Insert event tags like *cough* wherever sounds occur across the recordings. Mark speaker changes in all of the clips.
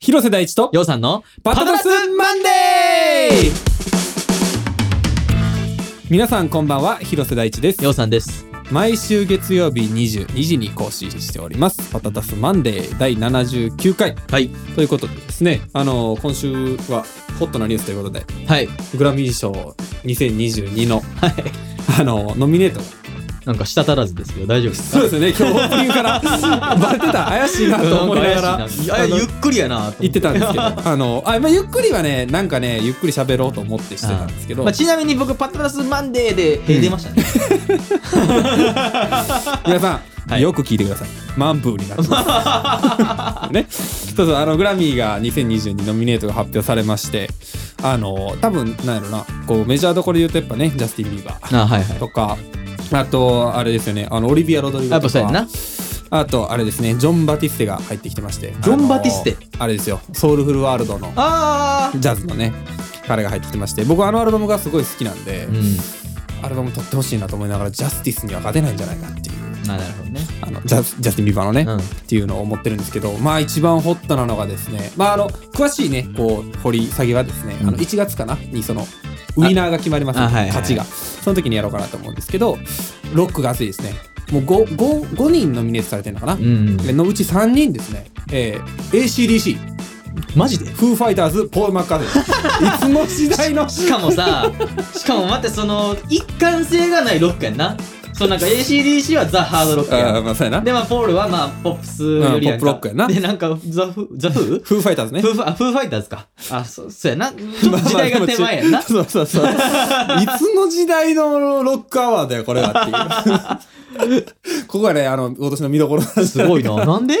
Speaker 1: 広瀬大地と
Speaker 2: ようさんの
Speaker 1: パタナスマンデー皆さんこんばんは広瀬大地です
Speaker 2: ようさんです。
Speaker 1: 毎週月曜日22時に更新しておりますパタタスマンデー第79回
Speaker 2: はい。
Speaker 1: ということでですねあの今週はホットなニュースということで
Speaker 2: はい。
Speaker 1: グラミー賞2022の、あのノミネート
Speaker 2: なんか舌足らずですけど大丈夫です
Speaker 1: そう
Speaker 2: か
Speaker 1: ですね今日オープニングから
Speaker 2: *laughs*
Speaker 1: バレてた怪しいなと思いながら
Speaker 2: うん怪しいないやゆっくりやなと思
Speaker 1: 言ってたんですけどあのあ、まあ、ゆっくりはねなんかねゆっくり喋ろうと思ってしてたんですけど、
Speaker 2: まあ、ちなみに僕パトラスマンデーで、え
Speaker 1: うん
Speaker 2: 出ましたね。
Speaker 1: 皆さん、
Speaker 2: はい
Speaker 1: よく聞いてくださいマンブーになって
Speaker 2: *laughs*
Speaker 1: ますねそうそうあのグラミーが2022ノミネートが発表されましてあの多分なんやろなこうメジャーどころで言うとやっぱねジャスティン・ビーバー
Speaker 2: あはいはい。
Speaker 1: とかあとあれですよねあのオリビア・ロドリゴ
Speaker 2: やっ
Speaker 1: と
Speaker 2: ぱ
Speaker 1: か
Speaker 2: そうやんな。
Speaker 1: あとあれですねジョン・バティステが入ってきてましてジ
Speaker 2: ョンバティステ
Speaker 1: あれですよソウルフルワールドの
Speaker 2: あ
Speaker 1: ジャズのね彼が入ってきてまして僕あのアルバムがすごい好きなんで、
Speaker 2: うん。
Speaker 1: アルバム撮ってほしいなと思いながらジャスティスには勝てないんじゃないかっていう
Speaker 2: まあなるほどね。
Speaker 1: あのジャスジャスティン・ビーバーのね、
Speaker 2: うん
Speaker 1: っていうのを思ってるんですけどまあ一番ホットなのがですねまああの詳しいねこう掘り下げはですね、あ
Speaker 2: うん
Speaker 1: の1月かなにそのウィナーが決まりますの
Speaker 2: あ
Speaker 1: で、
Speaker 2: はいはいはい
Speaker 1: 勝ちがその時にやろうかなと思うんですけどロックが熱いですねもう 5, 5, 5人ノミネートされてるのかな、
Speaker 2: うん。
Speaker 1: でのうち3人ですね、えー、ACDC
Speaker 2: マジで
Speaker 1: フーファイターズポール・マッ
Speaker 2: *laughs*
Speaker 1: カートニーいつの時代の
Speaker 2: しか
Speaker 1: *laughs*
Speaker 2: もさ、しかも待って、その、一貫性がないロックやんな。そうなんか ACDC はザ・ハードロック
Speaker 1: あ
Speaker 2: や
Speaker 1: ー
Speaker 2: ん。
Speaker 1: まあそうやな
Speaker 2: で、まあ、ポールはまあ、ポップスよりや
Speaker 1: うんポッ
Speaker 2: んか、
Speaker 1: プロックやな
Speaker 2: で、なんか、ザ・フ、ザ・フー
Speaker 1: フーファイターズね
Speaker 2: フーファあフーファイターズか。あ、そそうや *laughs* な。ちょっと時代が手前やん
Speaker 1: *laughs*
Speaker 2: な。
Speaker 1: そうそうそう。いつの時代のロックアワーだよ、これは
Speaker 2: *laughs*
Speaker 1: っていう。ここがね、あの、今年の見どころなんです
Speaker 2: すごいな。 *laughs* なんで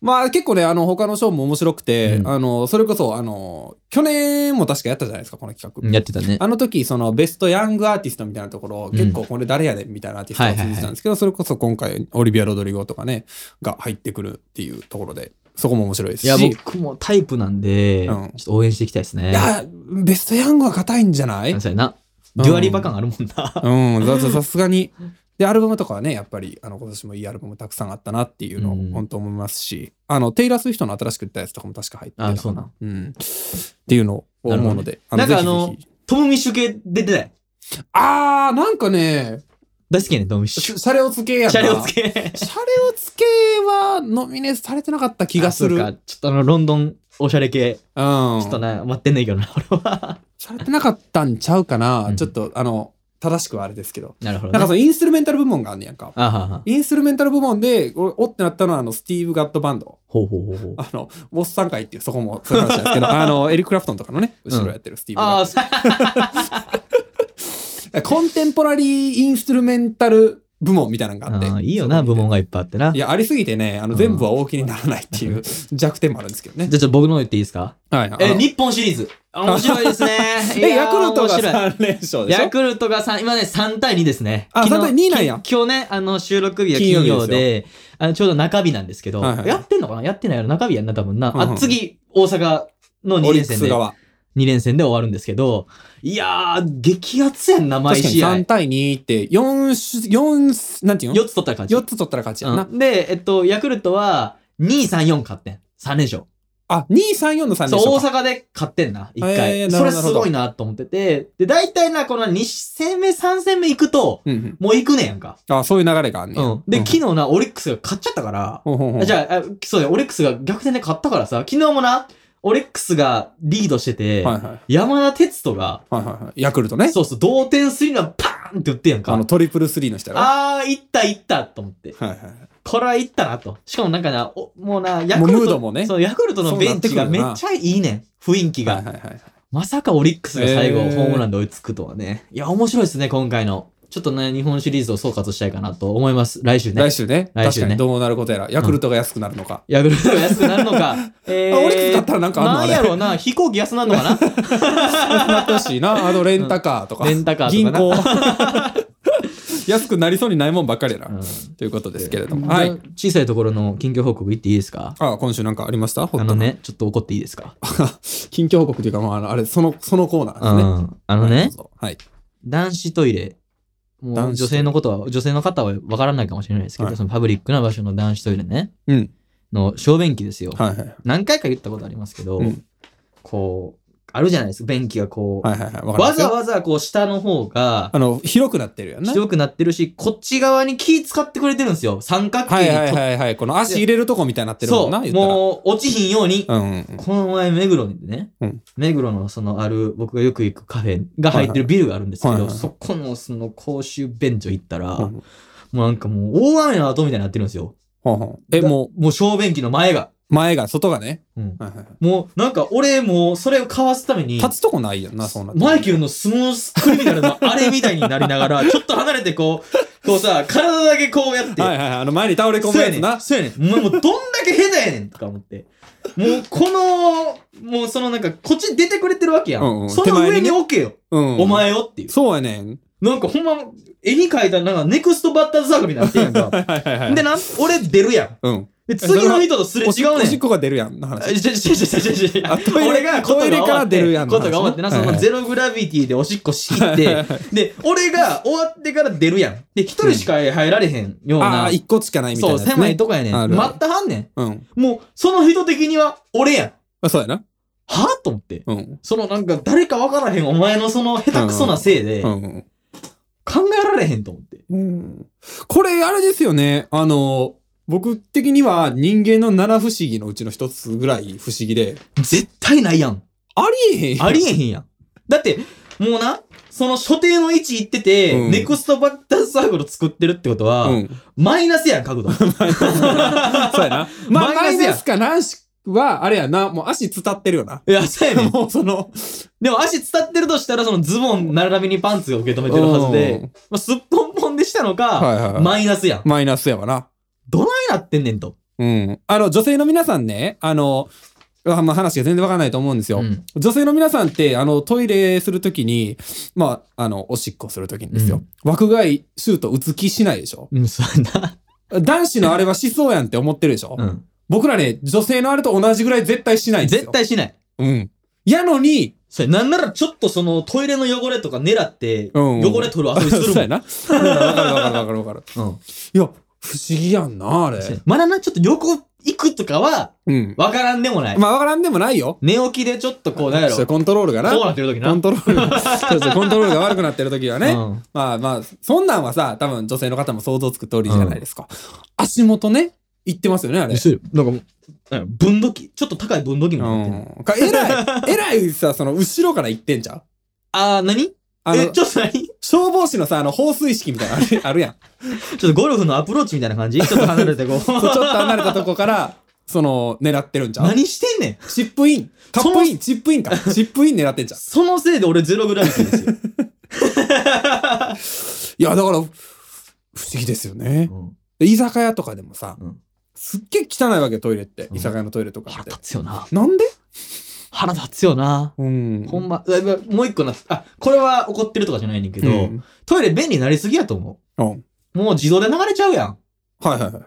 Speaker 1: まあ結構ね、あの、他のショーも面白くて、
Speaker 2: うん
Speaker 1: あの、それこそ、あの、去年も確かやったじゃないですか、この企画。
Speaker 2: やってたね。
Speaker 1: あの時、そのベストヤングアーティストみたいなところを、結構これ誰やねんみたいなアーティストが続いてたんですけど、それこそ今回、オリビア・ロドリゴとかね、が入ってくるっていうところで、そこも面白いですし。
Speaker 2: いや、僕もタイプなんで、
Speaker 1: うん
Speaker 2: ちょっと応援していきたいですね。
Speaker 1: いやベストヤングは硬いんじゃない
Speaker 2: そうやな。
Speaker 1: うん
Speaker 2: デュアリパ感あるもんな。
Speaker 1: うん、ださすがに。で、アルバムとかはね、やっぱり、あの、今年もいいアルバムたくさんあったなっていうのを
Speaker 2: うん、
Speaker 1: 本当思いますし、あの、テイラー・スウィフトの新しく出たやつとかも確か入ってた
Speaker 2: あそうなん
Speaker 1: うん。っていうのを思うので、
Speaker 2: なる
Speaker 1: ぜひ
Speaker 2: ほどねなんかあの
Speaker 1: ぜひ
Speaker 2: トム・ミッシュ系出てない。
Speaker 1: あー、なんかね、
Speaker 2: 大好きやね、トム・ミッシ
Speaker 1: シ
Speaker 2: ュ。
Speaker 1: ャレオツ系やな。
Speaker 2: シャレをつ。け。
Speaker 1: シャレオツ系は、ノミネートされてなかった気がする。
Speaker 2: あそうかちょっとあの、ロンドン、おしゃれ系。
Speaker 1: うん。
Speaker 2: ちょっとな、待ってんねんけどな、俺は。
Speaker 1: されてなかったんちゃうかな。
Speaker 2: うん
Speaker 1: ちょっと、あの、正しくはあれですけど。
Speaker 2: なるほど、
Speaker 1: な
Speaker 2: ね。
Speaker 1: んかその、インストゥルメンタル部門があんねやんか。
Speaker 2: あはは。
Speaker 1: インストゥルメンタル部門で、おおってなったのは、あの、スティーブ・ガットバンド。
Speaker 2: ほうほうほうほう。
Speaker 1: あの、ボス3回っていう、そこもそういう話なんですけ
Speaker 2: *laughs*
Speaker 1: ど、あの、エリック・クラプトンとかのね、後ろやってるスティーブ
Speaker 2: あ
Speaker 1: が、
Speaker 2: あ、さ
Speaker 1: コンテンポラリー・インストゥルメンタル部門みたいなのがあって。
Speaker 2: あ、いいよな、
Speaker 1: そこ
Speaker 2: 部
Speaker 1: にね
Speaker 2: 門がいっぱいあってな。
Speaker 1: い
Speaker 2: じゃ
Speaker 1: や、ありすぎてね、あの、
Speaker 2: うん
Speaker 1: 全部は大きにならないっていう弱点もあるんですけどね
Speaker 2: あ。ちょっと僕の方言っていいですか
Speaker 1: はい。あの。
Speaker 2: え、日本シリーズ。あ面 *laughs* 白いですね
Speaker 1: え、ヤクルトが
Speaker 2: いやー面白い
Speaker 1: 3連勝でし
Speaker 2: ヤ
Speaker 1: ょ
Speaker 2: クルトが3、今ね、3対2ですね。
Speaker 1: あ
Speaker 2: 昨日
Speaker 1: 3対2なんや
Speaker 2: き今日ね、あの、収録日が
Speaker 1: 金
Speaker 2: 金
Speaker 1: 曜
Speaker 2: 曜
Speaker 1: 日
Speaker 2: で、
Speaker 1: ですよ
Speaker 2: あのちょうど中日なんですけど、
Speaker 1: はいはい
Speaker 2: やってんのかなやってないやろ中日やんな、多分な。
Speaker 1: うんうん
Speaker 2: あ、次、大阪の
Speaker 1: オ
Speaker 2: 2
Speaker 1: リッ
Speaker 2: 連
Speaker 1: ク
Speaker 2: 戦
Speaker 1: ス
Speaker 2: で、
Speaker 1: 側。
Speaker 2: 2連戦で終わるんですけど、いやー、激アツやんな、毎
Speaker 1: 確かに
Speaker 2: 試合
Speaker 1: 3。対2って、4、四なんていうの
Speaker 2: 4つ取った感じ。
Speaker 1: ?4 つ取ったら勝ちやんな
Speaker 2: う。んで、えっと、ヤクルトは、2、3、4勝ってん。3連勝。
Speaker 1: あ、2、3、4の3連
Speaker 2: そう、
Speaker 1: 勝か。
Speaker 2: 大阪で勝ってんな、一
Speaker 1: えー
Speaker 2: 回。
Speaker 1: な
Speaker 2: そ
Speaker 1: るほど
Speaker 2: れすごいなと思ってて、で、大体な、この2戦目、3戦目行くと、
Speaker 1: うんうん。
Speaker 2: もう行くねやんか。
Speaker 1: あ、そういう流れがあんねや。
Speaker 2: うん。で、
Speaker 1: うん
Speaker 2: 昨日な、オリックスが勝っちゃったから、
Speaker 1: ほうほうほう
Speaker 2: あじゃあ、あそうだよ、オリックスが逆転で勝ったからさ、昨日もな、オリックスがリードしてて、
Speaker 1: はいはい。
Speaker 2: 山田哲人が、
Speaker 1: はいはいはい。ヤクルトね。
Speaker 2: そうそう、同点スリーランパーンって打ってやんか。
Speaker 1: あの、トリプルスリーの人が。
Speaker 2: あー、いったいったと思って。
Speaker 1: はいはい。
Speaker 2: これはいったなと。しかもなんかな、おもうな、ヤ
Speaker 1: も
Speaker 2: ク
Speaker 1: うム
Speaker 2: ル
Speaker 1: ード
Speaker 2: ト
Speaker 1: もね
Speaker 2: そう、ヤクルトのベンチがめっちゃいいねん。雰囲気が。
Speaker 1: はいはいはい。
Speaker 2: まさかオリックスが最後
Speaker 1: えー
Speaker 2: ホームランで追いつくとはね。いや、面白いですね、今回の。ちょっとね、日本シリーズを総括したいかなと思います。来週ね。
Speaker 1: 来週ね。
Speaker 2: 来
Speaker 1: 確
Speaker 2: 週ね
Speaker 1: かにどうなることやら。ヤクルトが安くなるのか。
Speaker 2: ヤクルトが安くなるのか。え
Speaker 1: *laughs* あオリックスだったらなんかあんのあ
Speaker 2: なん
Speaker 1: れ
Speaker 2: やろうな、飛行機安なんのかな
Speaker 1: なってほしい
Speaker 2: *laughs*
Speaker 1: な。あの、レンタカーとか。
Speaker 2: レンタカー
Speaker 1: 銀
Speaker 2: とか
Speaker 1: 行。
Speaker 2: *laughs*
Speaker 1: 安くなりそうにないもんばっかりやな。
Speaker 2: うん
Speaker 1: と *laughs* いうことですけれども。はい。。
Speaker 2: 小さいところの近況報告言っていいですか
Speaker 1: あ、今週なんかありましたほ
Speaker 2: あ
Speaker 1: んと
Speaker 2: の
Speaker 1: に。
Speaker 2: ね、ちょっと怒っていいですか
Speaker 1: 近況報告というか、まあ、あの、あれ、その、そのコーナー
Speaker 2: う
Speaker 1: ですね。
Speaker 2: ん。あの
Speaker 1: はい
Speaker 2: ね、。
Speaker 1: はい。
Speaker 2: 男子トイレ。もう
Speaker 1: 男子トイレ
Speaker 2: 女性のことは、女性の方はわからないかもしれないですけ
Speaker 1: は
Speaker 2: ど、
Speaker 1: い
Speaker 2: そのパブリックな場所の男子トイレね。
Speaker 1: うん。
Speaker 2: の小便器ですよ。
Speaker 1: はいはい
Speaker 2: 何回か言ったことありますけど、
Speaker 1: うん
Speaker 2: こう、あるじゃないですか、便器がこう、
Speaker 1: はいはいはい。
Speaker 2: わざ
Speaker 1: ざ
Speaker 2: わざこう下の方が
Speaker 1: あの広くなってるよね。
Speaker 2: 広くなってるし、こっち側に気使ってくれてるんですよ。三角形
Speaker 1: は
Speaker 2: に
Speaker 1: い
Speaker 2: と、
Speaker 1: はいはいはい。この足入れるとこみたいになってるも
Speaker 2: そ
Speaker 1: んな、
Speaker 2: う、
Speaker 1: 言ったら。
Speaker 2: もう落ちひんように。
Speaker 1: うんうんうん。
Speaker 2: この前、目黒にね、
Speaker 1: うん
Speaker 2: 目黒のそのある、僕がよく行くカフェが入ってるビルがあるんですけど、
Speaker 1: はいはいはい
Speaker 2: そこのその公衆便所行ったら、
Speaker 1: うん
Speaker 2: もうなんかもう大雨の後みたいになってるんですよ。
Speaker 1: ほんほんえ、
Speaker 2: だ
Speaker 1: も
Speaker 2: もう小便器の前が。
Speaker 1: う前が、外がね。
Speaker 2: うん
Speaker 1: はいはいはい
Speaker 2: もうなんか俺もうそれをかわすために、
Speaker 1: 立つとこないよな、そうなって
Speaker 2: マイケルのスモースクリミナルのあれみたいになりながら、ちょっと離れてこう、こうさ、体だけこうやって。
Speaker 1: はいはいはい。あの前に倒れ込
Speaker 2: そ
Speaker 1: む
Speaker 2: う
Speaker 1: や
Speaker 2: やね
Speaker 1: つ
Speaker 2: ん
Speaker 1: な。。
Speaker 2: そうやねん。お前もうどんだけ下手やねんとか思って。もうこの、もうそのなんか、こっち出てくれてるわけやん。
Speaker 1: うんうん
Speaker 2: そ
Speaker 1: 手
Speaker 2: の
Speaker 1: 前
Speaker 2: 上
Speaker 1: にね
Speaker 2: に置けよ。
Speaker 1: うん。
Speaker 2: お。前をっていう。
Speaker 1: そうやねん。
Speaker 2: なんかほんま、絵に描いたなんかネクストバッターズサークルになってんやんか。
Speaker 1: はいはいはいはい。
Speaker 2: で、な、俺出るやん。
Speaker 1: うん。
Speaker 2: で、次の人とすれ
Speaker 1: おしっ
Speaker 2: 違う
Speaker 1: こお
Speaker 2: ねん
Speaker 1: しっ。こが出るやん。の
Speaker 2: あ
Speaker 1: 話。
Speaker 2: 違う違う違う違う違う
Speaker 1: あトイレ
Speaker 2: 俺がことが
Speaker 1: トイレ
Speaker 2: 終
Speaker 1: か
Speaker 2: わ
Speaker 1: ら
Speaker 2: っ
Speaker 1: 出るや
Speaker 2: て
Speaker 1: ん
Speaker 2: ことが終わってなそ
Speaker 1: はい
Speaker 2: の
Speaker 1: はい
Speaker 2: ゼログラビティでおしっこしってで俺が終わってから出るやんで一人しか入られへんよう
Speaker 1: あ
Speaker 2: な
Speaker 1: あ、一個しかないみたい
Speaker 2: そ
Speaker 1: なや
Speaker 2: う
Speaker 1: つね。
Speaker 2: 狭いとこやね
Speaker 1: あ
Speaker 2: ん
Speaker 1: るある
Speaker 2: 待ったはんね
Speaker 1: うん。
Speaker 2: んもうその人的には俺やん
Speaker 1: あそうやな。
Speaker 2: はと思って
Speaker 1: うん。
Speaker 2: そのなんか誰かわからへんお前のその下手くそなせいで
Speaker 1: う
Speaker 2: 考
Speaker 1: んうん。
Speaker 2: えられへんと思って
Speaker 1: うんこれ、あれですよね。あの、僕的には人間の七不思議のうちの一つぐらい不思議で、
Speaker 2: 絶対ないやん
Speaker 1: ありえへんやん
Speaker 2: ありえへんやん。だって、もうな、その所定の位置行ってて、
Speaker 1: うん
Speaker 2: ネクストバッターズサークル作ってるってことは、 *laughs*
Speaker 1: うん。
Speaker 2: マイナスやん、角
Speaker 1: *laughs*
Speaker 2: 度。
Speaker 1: そうやな。まあ、
Speaker 2: マ
Speaker 1: マ
Speaker 2: イ
Speaker 1: イ
Speaker 2: ナスや
Speaker 1: ナスか何しは、あれやな、もう足伝ってるよな。
Speaker 2: いや、そうやね
Speaker 1: *laughs*
Speaker 2: ん。
Speaker 1: もうその、
Speaker 2: *laughs* でも足伝ってるとしたら、そのズボン並びにパンツが受け止めてるはず
Speaker 1: うん
Speaker 2: で、まあ、すっぽんぽんでしたのか、
Speaker 1: はいはいはい
Speaker 2: マイナスやん。
Speaker 1: マイナスやわな。
Speaker 2: どないなってんねんと。
Speaker 1: うん。あの、女性の皆さんね、あの、あまあ話が全然わからないと思うんですよ。
Speaker 2: うん
Speaker 1: 女性の皆さんって、あの、トイレするときに、まあ、あの、おしっこするときにですよ。枠外シュート打つ気しないでしょ。
Speaker 2: うん、そうやな。
Speaker 1: 男子のあれはしそうやんって思ってるでしょ、
Speaker 2: うん。
Speaker 1: 僕らね、女性のあれと同じぐらい絶対しないんですよ。
Speaker 2: 絶。対しない。
Speaker 1: うん。やのに、
Speaker 2: そうやなんならちょっとそのトイレの汚れとか狙って、
Speaker 1: うん
Speaker 2: 汚れ取る遊びする
Speaker 1: *laughs* そう
Speaker 2: も
Speaker 1: やな。うんわかるわかるわかるわかる。
Speaker 2: ん。うん
Speaker 1: いや、不思議やんな、あれ。
Speaker 2: そうやまだな、ちょっと横行くとかは、
Speaker 1: うん。
Speaker 2: わからんでもない。
Speaker 1: まあ、わからんでもないよ。
Speaker 2: 寝起きでちょっとこう、なんやろ。
Speaker 1: そう
Speaker 2: こ
Speaker 1: コントロールが
Speaker 2: う
Speaker 1: な。
Speaker 2: なってる時な。
Speaker 1: コントロールが *laughs* そうそうコントロールが悪くなってる時はね、
Speaker 2: うん
Speaker 1: まあまあそんなんはさ多分女性の方も想像つく通りじゃないですか、足元ね行ってますよねあれ
Speaker 2: そうよなんか、なんか分度器。ちょっと高い分度器みたいになってる。
Speaker 1: うんかえらい
Speaker 2: *laughs*
Speaker 1: えらいさその後ろから行ってんじゃん
Speaker 2: あー、何
Speaker 1: あ
Speaker 2: え、
Speaker 1: の
Speaker 2: ちょっと何ち
Speaker 1: 消防士のさあの放水式みたいなのあ
Speaker 2: *laughs*
Speaker 1: るあるやん
Speaker 2: ょっとゴルフのアプローチみたいな感じちょっと離
Speaker 1: *laughs*
Speaker 2: れてこう。
Speaker 1: そうちょっと離れたとこからその狙ってるんじゃん
Speaker 2: *laughs* 何してんねん。
Speaker 1: チップインカップインチップインかチップイン狙って
Speaker 2: *laughs*
Speaker 1: んじゃん
Speaker 2: そのせいで俺ゼログラビティですよ。
Speaker 1: いやだから不思議ですよね
Speaker 2: うん
Speaker 1: で居酒屋とかでもさ、
Speaker 2: うん
Speaker 1: すっげえ汚いわけよトイレって
Speaker 2: うん
Speaker 1: 居酒屋のトイレとか
Speaker 2: 腹
Speaker 1: って、
Speaker 2: 立つよな。
Speaker 1: なんで
Speaker 2: 腹立つよな。
Speaker 1: うん
Speaker 2: ほんま、だいぶもう一個な、あ、これは怒ってるとかじゃないねんけ
Speaker 1: う
Speaker 2: ど、
Speaker 1: ん
Speaker 2: トイレ便利になりすぎやと思
Speaker 1: うん
Speaker 2: う。もう自動で流れちゃうやん。
Speaker 1: はいはいはい。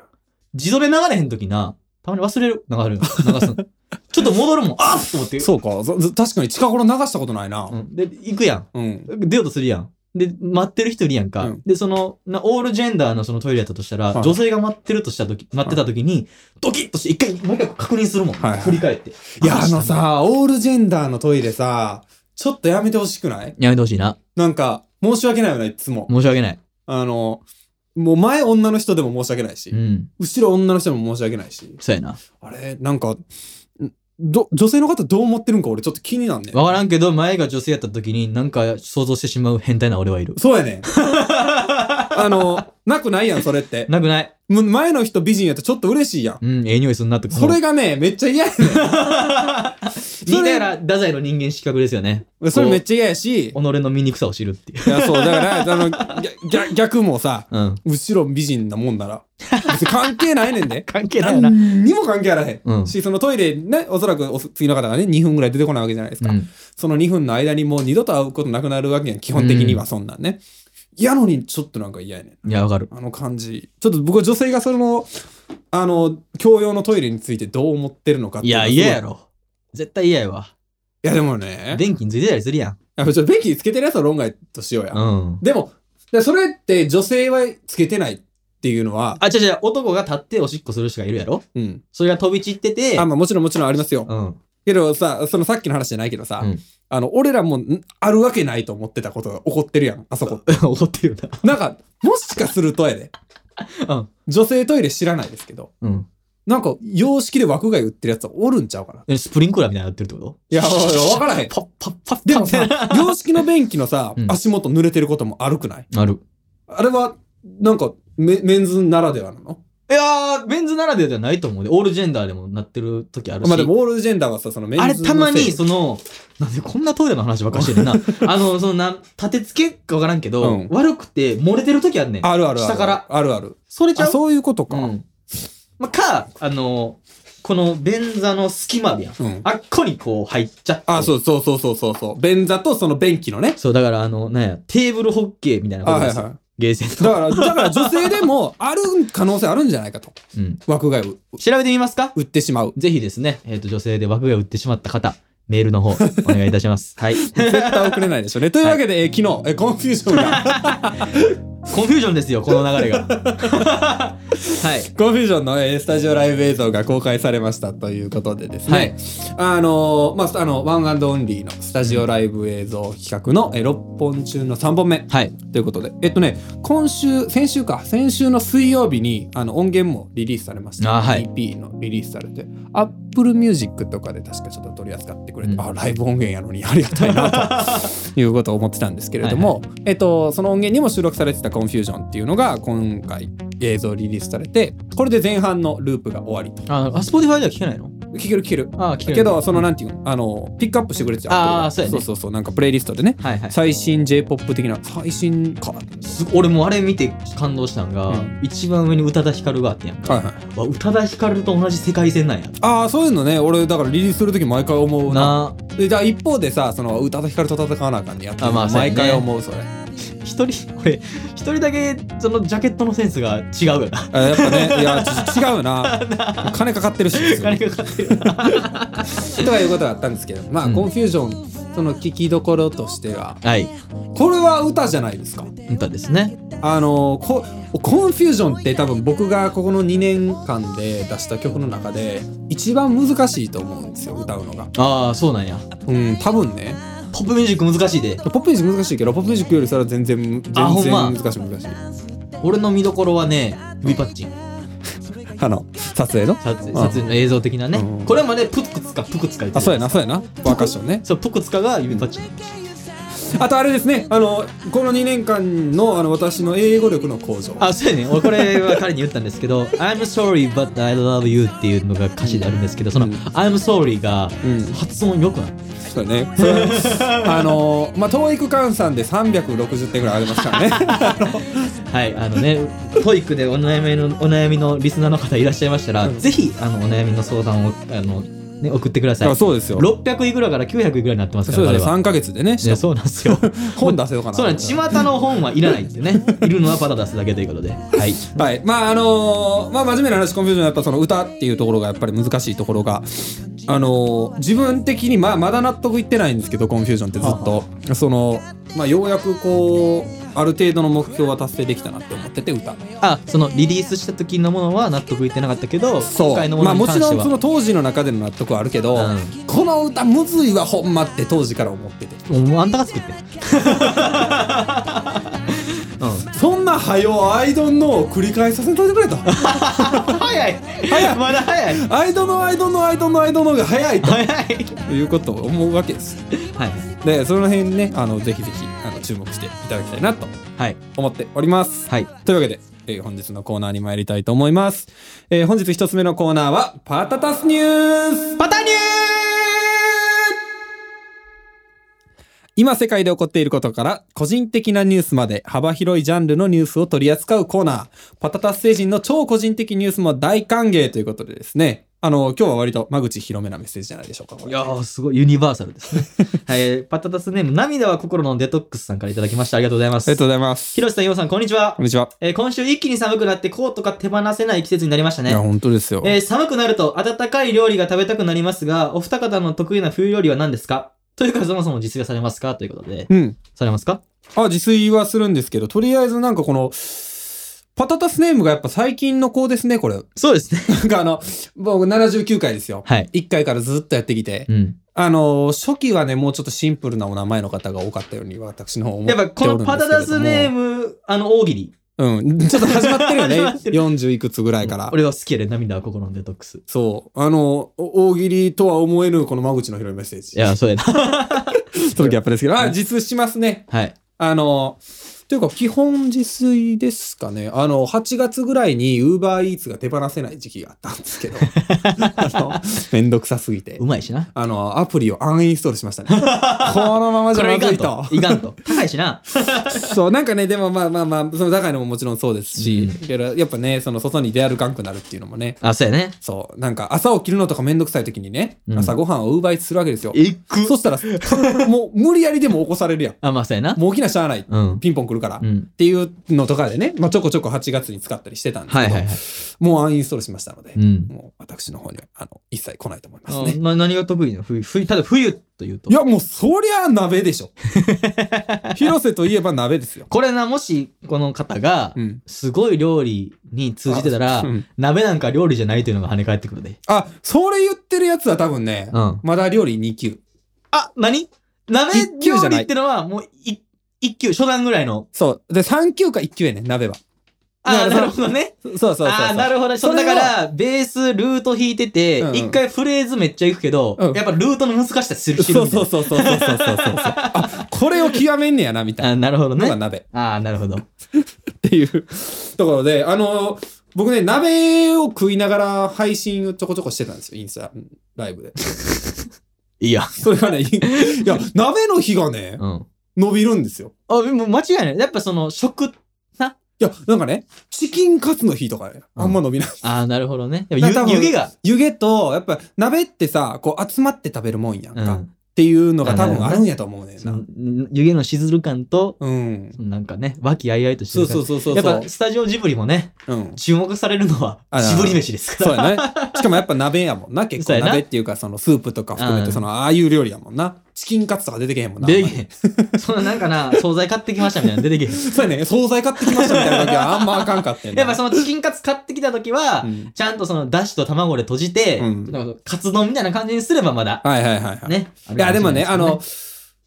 Speaker 2: 自動で流れへんときな、たまに忘れる。流れる。流す
Speaker 1: *laughs*
Speaker 2: の。ちょっと戻るもん。あっと思って。
Speaker 1: そうか。ずず確かに近頃流したことないな
Speaker 2: う。んで、行くやん。
Speaker 1: うん。
Speaker 2: 出ようとするやん。で、待ってる人いるやんか。
Speaker 1: うん
Speaker 2: で、その、なオールジェンダーのそのトイレやったとしたら、
Speaker 1: はい
Speaker 2: 女性が待ってるとしたとき、待ってたときに、ドキッとして、一回、もう一回確認するもん。
Speaker 1: はいはい
Speaker 2: 振り返って。
Speaker 1: いや、あの。さ、オールジェンダーのトイレさ、ちょっとやめてほしくない
Speaker 2: やめてほしいな。
Speaker 1: なんか、申し訳ないよね、いつも。
Speaker 2: 申し訳ない。
Speaker 1: あの、もう前女の人でも申し訳ないし
Speaker 2: う、ん。
Speaker 1: 後ろ女の人でも申し訳ないし。
Speaker 2: そうやな。
Speaker 1: あれ、なんか、んど、女性の方どう思ってるんか俺ちょっと気になんねん。
Speaker 2: わからんけど、前が女性やったときに、なんか想像してしまう変態な俺はいる。
Speaker 1: そうや
Speaker 2: *laughs*
Speaker 1: ねん。あの、なくないやん、それって。
Speaker 2: なくない。
Speaker 1: もう前の人美人やとちょっと嬉しいやん。
Speaker 2: うん、ええ匂いすんなとか。
Speaker 1: それがね、めっちゃ
Speaker 2: *laughs*
Speaker 1: 嫌やね
Speaker 2: 似たような太宰の人間失格ですよね。
Speaker 1: ん。それめっちゃ嫌やし
Speaker 2: 己、の醜さを知るっていう。
Speaker 1: いや、そう、だから、あの、逆逆逆もさ、
Speaker 2: うん。。
Speaker 1: 後ろ美人なもんなら、別に関係ないねんで
Speaker 2: 関係
Speaker 1: 何。にも関係あらへん。
Speaker 2: うん
Speaker 1: し、そのトイレね、おそらくお次の方がね、2分ぐらい出てこないわけじゃないですか。
Speaker 2: うん
Speaker 1: その2分の間にもう二度と会うことなくなるわけやん、基本的にはそんなんね。やのに、ちょっとなんか嫌やねん。
Speaker 2: いや、わかる。
Speaker 1: あの感じ。ちょっと僕は女性がその、あの、共用のトイレについてどう思ってるのかって
Speaker 2: いう
Speaker 1: のが
Speaker 2: や、
Speaker 1: すご
Speaker 2: 嫌や。ろ。絶対嫌やわ。
Speaker 1: いや、でもね、
Speaker 2: 電気についてたりするやん。
Speaker 1: やっぱちょっと便器つけてるやつは論外としようや。
Speaker 2: うん。
Speaker 1: でも、でそれって女性はつけてないっていうのは、
Speaker 2: あ、違う違う、男が立っておしっこする人がいるやろ
Speaker 1: うん。
Speaker 2: それが飛び散ってて、
Speaker 1: あ、まあもちろんもちろんありますよ。
Speaker 2: うん。 *laughs*
Speaker 1: けどさ、そのさっきの話じゃないけどさ、
Speaker 2: うん
Speaker 1: あの、俺らもんあるわけないと思ってたことが起こってるやん、あそこ。
Speaker 2: 怒ってる
Speaker 1: な
Speaker 2: な。
Speaker 1: んか、もしかするとやで、
Speaker 2: うん
Speaker 1: 女性トイレ知らないですけど、
Speaker 2: うん。
Speaker 1: なんか、様式で枠外売ってるやつはおるんちゃうかな。
Speaker 2: えスプリンクラーみたいになってるってこと
Speaker 1: いや、わからへん。
Speaker 2: パッパッパッパッ
Speaker 1: でも
Speaker 2: *laughs*
Speaker 1: さ、洋式の便器のさ
Speaker 2: う、ん
Speaker 1: 足元濡れてることもあるくない、
Speaker 2: ある。
Speaker 1: あれは、なんかメ、メンズならではなの
Speaker 2: いやー、メンズならではじゃないと思うで、オールジェンダーでもなってる時あるし。
Speaker 1: まあでも、オールジェンダーはさ、そのメンズ
Speaker 2: あ
Speaker 1: の
Speaker 2: れ
Speaker 1: せい
Speaker 2: たまに、その、なんでこんなトイレの話ばっかり
Speaker 1: *laughs*
Speaker 2: してるな。あの、そのな、立て付けかわからんけど、
Speaker 1: うん
Speaker 2: 悪くて漏れてる時あんねん。
Speaker 1: あるあるある。
Speaker 2: 下から。
Speaker 1: あるある。
Speaker 2: それち
Speaker 1: あ、
Speaker 2: ゃう
Speaker 1: そういうことか。
Speaker 2: うん。まあ、か、あの、この便座の隙間あるやん。
Speaker 1: うん
Speaker 2: あっこにこう入っちゃって。
Speaker 1: あ、そうそうそうそうそうそう。便座とその便器のね。
Speaker 2: そう、だからあの、なんや、テーブルホッケーみたいな
Speaker 1: あ
Speaker 2: こと
Speaker 1: はいはい。
Speaker 2: です
Speaker 1: だ
Speaker 2: よ。ゲーセンの。
Speaker 1: から、だから女性でもある可能性あるんじゃないかと。
Speaker 2: うん。
Speaker 1: 枠外を
Speaker 2: 調べてみますか
Speaker 1: 売ってしまう。
Speaker 2: ぜひですね、えっ、と、女性で枠が売ってしまった方、メールの方、お願いいた
Speaker 1: *laughs*
Speaker 2: します。 *laughs* はい。
Speaker 1: 絶対送れないでし
Speaker 2: *laughs*
Speaker 1: ょうね。というわけで、えー昨日、えーコンフュージョンが、
Speaker 2: コンフュージョンですよ、この
Speaker 1: *laughs*
Speaker 2: 流れが。はい。
Speaker 1: コンフュージョンの、えースタジオライブ映像が公開されましたということでですね。
Speaker 2: はい
Speaker 1: あのーまあ、あの、ワンアンドオンリーのスタジオライブ映像企画の、え6本中の3本目。
Speaker 2: はい。
Speaker 1: ということで、えっとね、今週、先週か、先週の水曜日にあの音源もリリースされました。
Speaker 2: あはい
Speaker 1: EP のリリースされて、Apple Music とかで確かちょっと取り扱ってくれて、
Speaker 2: うん
Speaker 1: あ、ライブ音源やのにありがたいな
Speaker 2: *laughs*
Speaker 1: ということを思ってたんですけれども、えっと、その音源にも収録されてた Confusion っていうのが今回映像リリースされて、これで前半のループが終わりと。
Speaker 2: あ、あスポティファイでは聞けないの
Speaker 1: 聞ける聞ける。
Speaker 2: あ、聞ける。
Speaker 1: けど、そのなんていうの、あの、ピックアップしてくれてた。
Speaker 2: あーそうや
Speaker 1: そ
Speaker 2: ね
Speaker 1: うそうそう、なんかプレイリストでね。
Speaker 2: はいはい。
Speaker 1: 最新 J-POP 的な最新か
Speaker 2: す俺もあれ見て感動したんが、
Speaker 1: うん
Speaker 2: 一番上に宇多田ヒカルがあってやんか。
Speaker 1: はいはい
Speaker 2: わ宇多田ヒカルと同じ世界線なんや。
Speaker 1: ああそういうのね俺だからリリースする時毎回思うな
Speaker 2: な
Speaker 1: でじゃあ一方でさその歌と光と戦わなあかんねやってる
Speaker 2: あまあそうやね
Speaker 1: 毎回思う
Speaker 2: *laughs*
Speaker 1: それ
Speaker 2: 一人、俺、一人だけ、そのジャケットのセンスが違うよ *laughs* な。
Speaker 1: あやっぱねいやち違う
Speaker 2: *laughs*
Speaker 1: な金かかってるし
Speaker 2: 金かかってるな。
Speaker 1: とかいうことだったんですけどまあ、
Speaker 2: うん
Speaker 1: コンフュージョンその聞きどころとしては
Speaker 2: はい。
Speaker 1: これは歌じゃないですか
Speaker 2: 歌ですね。
Speaker 1: あのこコンフュージョンって多分僕がここの2年間で出した曲の中で一番難しいと思うんですよ歌うのが
Speaker 2: ああ、そうなんや。
Speaker 1: うん多分ね
Speaker 2: ポップミュージック難しいで。
Speaker 1: ポップミュージック難しいけどポップミュージックよりそれは全然全然
Speaker 2: あほんま
Speaker 1: 難しい難しい
Speaker 2: 俺の見どころはね、指パッチン。
Speaker 1: あの撮影の
Speaker 2: 撮影撮影の映像的なね、
Speaker 1: うん
Speaker 2: これまでプクツカプクツカ言って
Speaker 1: あ
Speaker 2: た
Speaker 1: そうやなそうやなバーカッションね
Speaker 2: そうプクツカが指パッチン
Speaker 1: あとあれですねあのこの2年間のあの私の英語力の向上
Speaker 2: あそうやね俺これは彼に言ったんです
Speaker 1: *laughs*
Speaker 2: けど「I'm sorry but I love you」っていうのが歌詞であるんですけどその「
Speaker 1: うん
Speaker 2: I'm sorry」が
Speaker 1: うん
Speaker 2: 発音よくない、
Speaker 1: そうやねそれはあのまあ TOEIC 換算で360点ぐらいあります
Speaker 2: *laughs*
Speaker 1: からねあの
Speaker 2: はいあの
Speaker 1: *laughs*
Speaker 2: ねトイックでお悩みのお悩みのリスナーの方いらっしゃいましたら、
Speaker 1: うん
Speaker 2: ぜひあのお悩みの相談をあの、ね、送ってください
Speaker 1: あそうですよ
Speaker 2: 600位ぐらいから900位ぐらいになってますか
Speaker 1: そ
Speaker 2: ら
Speaker 1: うで
Speaker 2: 彼
Speaker 1: す
Speaker 2: は
Speaker 1: 3か月でね
Speaker 2: いやそうなんですよ
Speaker 1: *laughs* 本出せようかな
Speaker 2: そうなんです巷の本はいらないって
Speaker 1: *laughs*
Speaker 2: ねいるのはパタ出すだけということではい
Speaker 1: はい。まあ、あのーまあ、真面目な話、コンフュージョンはやっぱその歌っていうところがやっぱり難しいところが、あのー自分的にまあ、まだ納得いってないんですけど、コンフュージョンってずっと。その、まあ、ようやくこう、ある程度の目標は達成できたなって思ってて、歌。
Speaker 2: あそのリリースした時のものは納得いってなかったけど
Speaker 1: そ
Speaker 2: 今回の
Speaker 1: う。
Speaker 2: も
Speaker 1: ま
Speaker 2: の
Speaker 1: あ、も
Speaker 2: に関
Speaker 1: ち
Speaker 2: して
Speaker 1: ろ
Speaker 2: は、
Speaker 1: んその当時の中での納得はあるけど、
Speaker 2: うん
Speaker 1: この歌むずいわ、ほんまって当時から思ってて。
Speaker 2: もうあんたが作ってん *laughs* う
Speaker 1: そんな早うアイドンのを繰り返させといて
Speaker 2: *laughs*
Speaker 1: くれと。
Speaker 2: ん早い早いまだ早い
Speaker 1: アイドのアイドのアイドのアイドのが早いと
Speaker 2: 早い
Speaker 1: いうことを思うわけです。
Speaker 2: はい
Speaker 1: でその辺ねあのぜひぜひあの注目していただきたいなと
Speaker 2: はい
Speaker 1: 思っております。
Speaker 2: はい
Speaker 1: というわけで、えー本日のコーナーに参りたいと思います。えー本日一つ目のコーナーはパタタスニュース
Speaker 2: パタニュー
Speaker 1: 今世界で起こっていることから個人的なニュースまで幅広いジャンルのニュースを取り扱うコーナーパタタス星人の超個人的ニュースも大歓迎ということでですねあの今日は割と間口広めなメッセージじゃないでしょうかこ
Speaker 2: い
Speaker 1: れ
Speaker 2: やーすごいユニバーサルです *laughs* ねはいパタタスネーム涙は心のデトックスさんからいただきましたありがとうございま
Speaker 1: あり
Speaker 2: す
Speaker 1: がとうございます
Speaker 2: ひろしさんようさんこんにちは
Speaker 1: こんにちは、
Speaker 2: えー今週一気に寒くなってコートが手放せない季節になりましたね
Speaker 1: いや本当ですよ、
Speaker 2: えー寒くなると温かい料理が食べたくなりますが、お二方の得意な冬料理は何ですかというか、そもそも実現されますかということで。
Speaker 1: うん
Speaker 2: されますか
Speaker 1: あ、自炊はするんですけど、とりあえずなんかこの、パタタスネームがやっぱ最近の子ですね、これ。 *laughs*
Speaker 2: そうですね。
Speaker 1: なんかあの、僕79回ですよ。
Speaker 2: はい。
Speaker 1: 1回からずっとやってきて。
Speaker 2: うん。
Speaker 1: あの、初期はね、もうちょっとシンプルなお名前の方が多かったように、私の方思って
Speaker 2: やっ
Speaker 1: おるん
Speaker 2: ぱ
Speaker 1: ですけ
Speaker 2: こ
Speaker 1: れど
Speaker 2: の
Speaker 1: も。
Speaker 2: パタダスネーム、あの、大喜利。
Speaker 1: うん、ちょっと始まってるよね
Speaker 2: *laughs* 始まって。る
Speaker 1: 40いくつぐらいから。
Speaker 2: 俺は好きやで、涙は心のデトックス。
Speaker 1: そう。あの、お大喜利とは思えぬ、この間口の広いメッセージ。*laughs*
Speaker 2: いや、そうやな。
Speaker 1: そのギャップですけど、あ、実しますね。
Speaker 2: はい。
Speaker 1: あの、というか、基本自炊ですかね。あの、8月ぐらいに UberEats が手放せない時期があったんですけ
Speaker 2: *laughs*
Speaker 1: ど、あの、めんどくさすぎて
Speaker 2: う。まいしな。
Speaker 1: あの、アプリをアンインストールしま
Speaker 2: *laughs*
Speaker 1: したね。このままじ
Speaker 2: こ
Speaker 1: ゃ
Speaker 2: れはい
Speaker 1: ま
Speaker 2: か
Speaker 1: ず
Speaker 2: ん
Speaker 1: いと
Speaker 2: と。。いかんと。高いしな。
Speaker 1: そう、なんかね、でもまあまあまあ、その高いのももちろんそうですし、
Speaker 2: う
Speaker 1: けどやっぱね、その外に出歩かんくなるっていうのもね、
Speaker 2: あ、そうやね。
Speaker 1: そう、なんか朝起きるのとかめんどくさい時にね、
Speaker 2: うん
Speaker 1: 朝ごはんをウーバーイーツするわけですよ。
Speaker 2: いく
Speaker 1: そしたら、 *laughs* もう無理やりでも起こされるやん。
Speaker 2: あ、まあ、そうやな。
Speaker 1: もう起きなしゃあない。
Speaker 2: うん。
Speaker 1: ピンポン来るから。
Speaker 2: う
Speaker 1: っ
Speaker 2: ん。
Speaker 1: ていうのとかでね、まあ、ちょこちょこ8月に使ったりしてたんです
Speaker 2: は
Speaker 1: け
Speaker 2: い
Speaker 1: ど、
Speaker 2: はいはい。
Speaker 1: もうアンインストールしましたので、
Speaker 2: うん。
Speaker 1: もう私の方にはあの一切来ないと思います
Speaker 2: あ
Speaker 1: ね。
Speaker 2: な何が得意なの冬、冬、ただ冬というと
Speaker 1: い。や、もうそりゃあ鍋でしょ。 *laughs* 広瀬といえば鍋ですよ。
Speaker 2: これな、もし、この方が
Speaker 1: う、ん。
Speaker 2: すごい料理に通じてたら
Speaker 1: う、ん
Speaker 2: 鍋なんか料理じゃないというのが跳ね返ってくるで。
Speaker 1: あ、それ言ってるやつは多分ね、
Speaker 2: うん。
Speaker 1: まだ料理2級。
Speaker 2: あ、何鍋
Speaker 1: 一級じ
Speaker 2: 料
Speaker 1: ゃな
Speaker 2: 理
Speaker 1: い
Speaker 2: ってのは、もう、い一級、初段ぐらいの。
Speaker 1: そう。で、3級か1級やね、鍋は。
Speaker 2: あー、
Speaker 1: な
Speaker 2: なる
Speaker 1: る
Speaker 2: ほどね。
Speaker 1: そうそうそうそう。
Speaker 2: ああ、なるほど。そ
Speaker 1: そうれ
Speaker 2: だ
Speaker 1: を
Speaker 2: から、ベース、ルート弾いてて
Speaker 1: うんう、ん
Speaker 2: 一、回フレーズめっちゃいくけど、
Speaker 1: うん
Speaker 2: やっぱルートの難しさ知る知る
Speaker 1: そう
Speaker 2: みたい
Speaker 1: そう
Speaker 2: な
Speaker 1: そうそうそうそうそうそう。あ、これを極めんねやな、みたい
Speaker 2: あーなるほど
Speaker 1: なのが
Speaker 2: ね。
Speaker 1: 鍋っ
Speaker 2: ああ、なるほど。
Speaker 1: ていうところで、あの、僕ね、鍋を食いながら配信をちょこちょこしてたんですよ、インスタライブで。
Speaker 2: いや。
Speaker 1: それがね、いいや、鍋の日がね
Speaker 2: う、ん。
Speaker 1: 伸びるんですよ。
Speaker 2: あ、でも間違いない。やっぱその、食、
Speaker 1: いや、なんかね、チキンカツの日とかね、あんま伸びない。
Speaker 2: ああ、なるほどね。やっ
Speaker 1: だから多
Speaker 2: ぱ湯
Speaker 1: 分
Speaker 2: 湯気が。
Speaker 1: 湯気と、やっぱ鍋ってさ、こう集まって食べるもんやん
Speaker 2: う
Speaker 1: か。っ
Speaker 2: ん。
Speaker 1: ていうのが多分あるんやと思うねん
Speaker 2: そ
Speaker 1: な。
Speaker 2: のん湯気のしずる感と、
Speaker 1: うん。
Speaker 2: そのなんかね、和気あいあいとして
Speaker 1: そう
Speaker 2: る感
Speaker 1: そうそうそう。
Speaker 2: やっぱ、スタジオジブリもね、
Speaker 1: うん。
Speaker 2: 注目されるのは
Speaker 1: あ、なる
Speaker 2: ジ
Speaker 1: ほど
Speaker 2: ブリ飯ですか
Speaker 1: そう
Speaker 2: ら。
Speaker 1: やね。しかもやっぱ鍋やもんな。結
Speaker 2: そう
Speaker 1: 構
Speaker 2: やな
Speaker 1: 鍋っていうか、そのスープとか含め
Speaker 2: う
Speaker 1: て、
Speaker 2: ん
Speaker 1: そのああいう料理やもんな。チキンカツとか出てけへんもんな。
Speaker 2: 出
Speaker 1: あんまり
Speaker 2: てけへん。そんななんかな、惣菜買ってきましたみたいな、出
Speaker 1: *laughs*
Speaker 2: てけへん。
Speaker 1: そうやね。惣菜買ってきましたみたいな時は
Speaker 2: *laughs*
Speaker 1: あんまあかんかってんな
Speaker 2: やっぱそのチキンカツ買ってきた時は、
Speaker 1: うん
Speaker 2: ちゃんとそのだしと卵で閉じて、
Speaker 1: うん
Speaker 2: なんかカツ丼みたいな感じにすればまだ、
Speaker 1: はいはいはいはい。
Speaker 2: ね。
Speaker 1: いや、でもね、あ
Speaker 2: るか
Speaker 1: の
Speaker 2: し、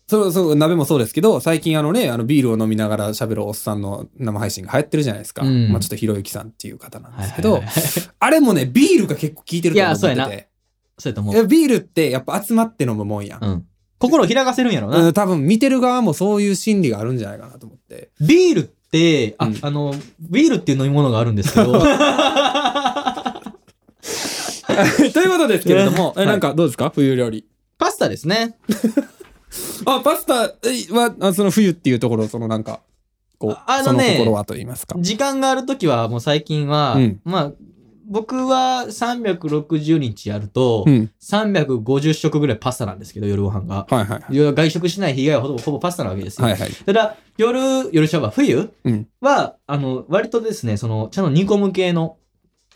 Speaker 1: そうそう、鍋もそうですけど、最近あのね、あのビールを飲みながら喋るおっさんの生配信が流行ってるじゃないですか。
Speaker 2: うん
Speaker 1: まあちょっとひろゆきさんっていう方なん
Speaker 2: れな
Speaker 1: で
Speaker 2: い
Speaker 1: す
Speaker 2: です
Speaker 1: け
Speaker 2: けどね
Speaker 1: ど、
Speaker 2: はいはいはい
Speaker 1: あれもね、ビールが結構効いてると思って
Speaker 2: いやそう
Speaker 1: て。
Speaker 2: そうやと思。
Speaker 1: いうやビールってやっぱ集まって飲むもんやん。
Speaker 2: うん。心を開かせるんやろな。
Speaker 1: うん、多分見てる側もそういう心理があるんじゃないかなと思って。
Speaker 2: ビールって、あ、
Speaker 1: うん
Speaker 2: あの、ビールっていう飲み物があるんです
Speaker 1: *laughs*
Speaker 2: けど、
Speaker 1: ということですけれども、
Speaker 2: は
Speaker 1: え
Speaker 2: い
Speaker 1: なんかどうですか冬料理。
Speaker 2: パスタですね。
Speaker 1: あ、パスタえは、あその冬っていうところ、そのなんか、こう、
Speaker 2: ああのね
Speaker 1: その心はと言いますか。
Speaker 2: 時間がある時はもう最近は、
Speaker 1: うん
Speaker 2: まあ、僕は360日やると、
Speaker 1: うん。
Speaker 2: 350食ぐらいパスタなんですけど、夜ご飯が。
Speaker 1: はいはい。
Speaker 2: 夜外食しない日以外はほぼほぼパスタなわけですよ。
Speaker 1: はいはい。
Speaker 2: ただ、夜、夜シャワー、冬
Speaker 1: うん
Speaker 2: は、あの、割とですね、その、ちゃんと煮込む系の、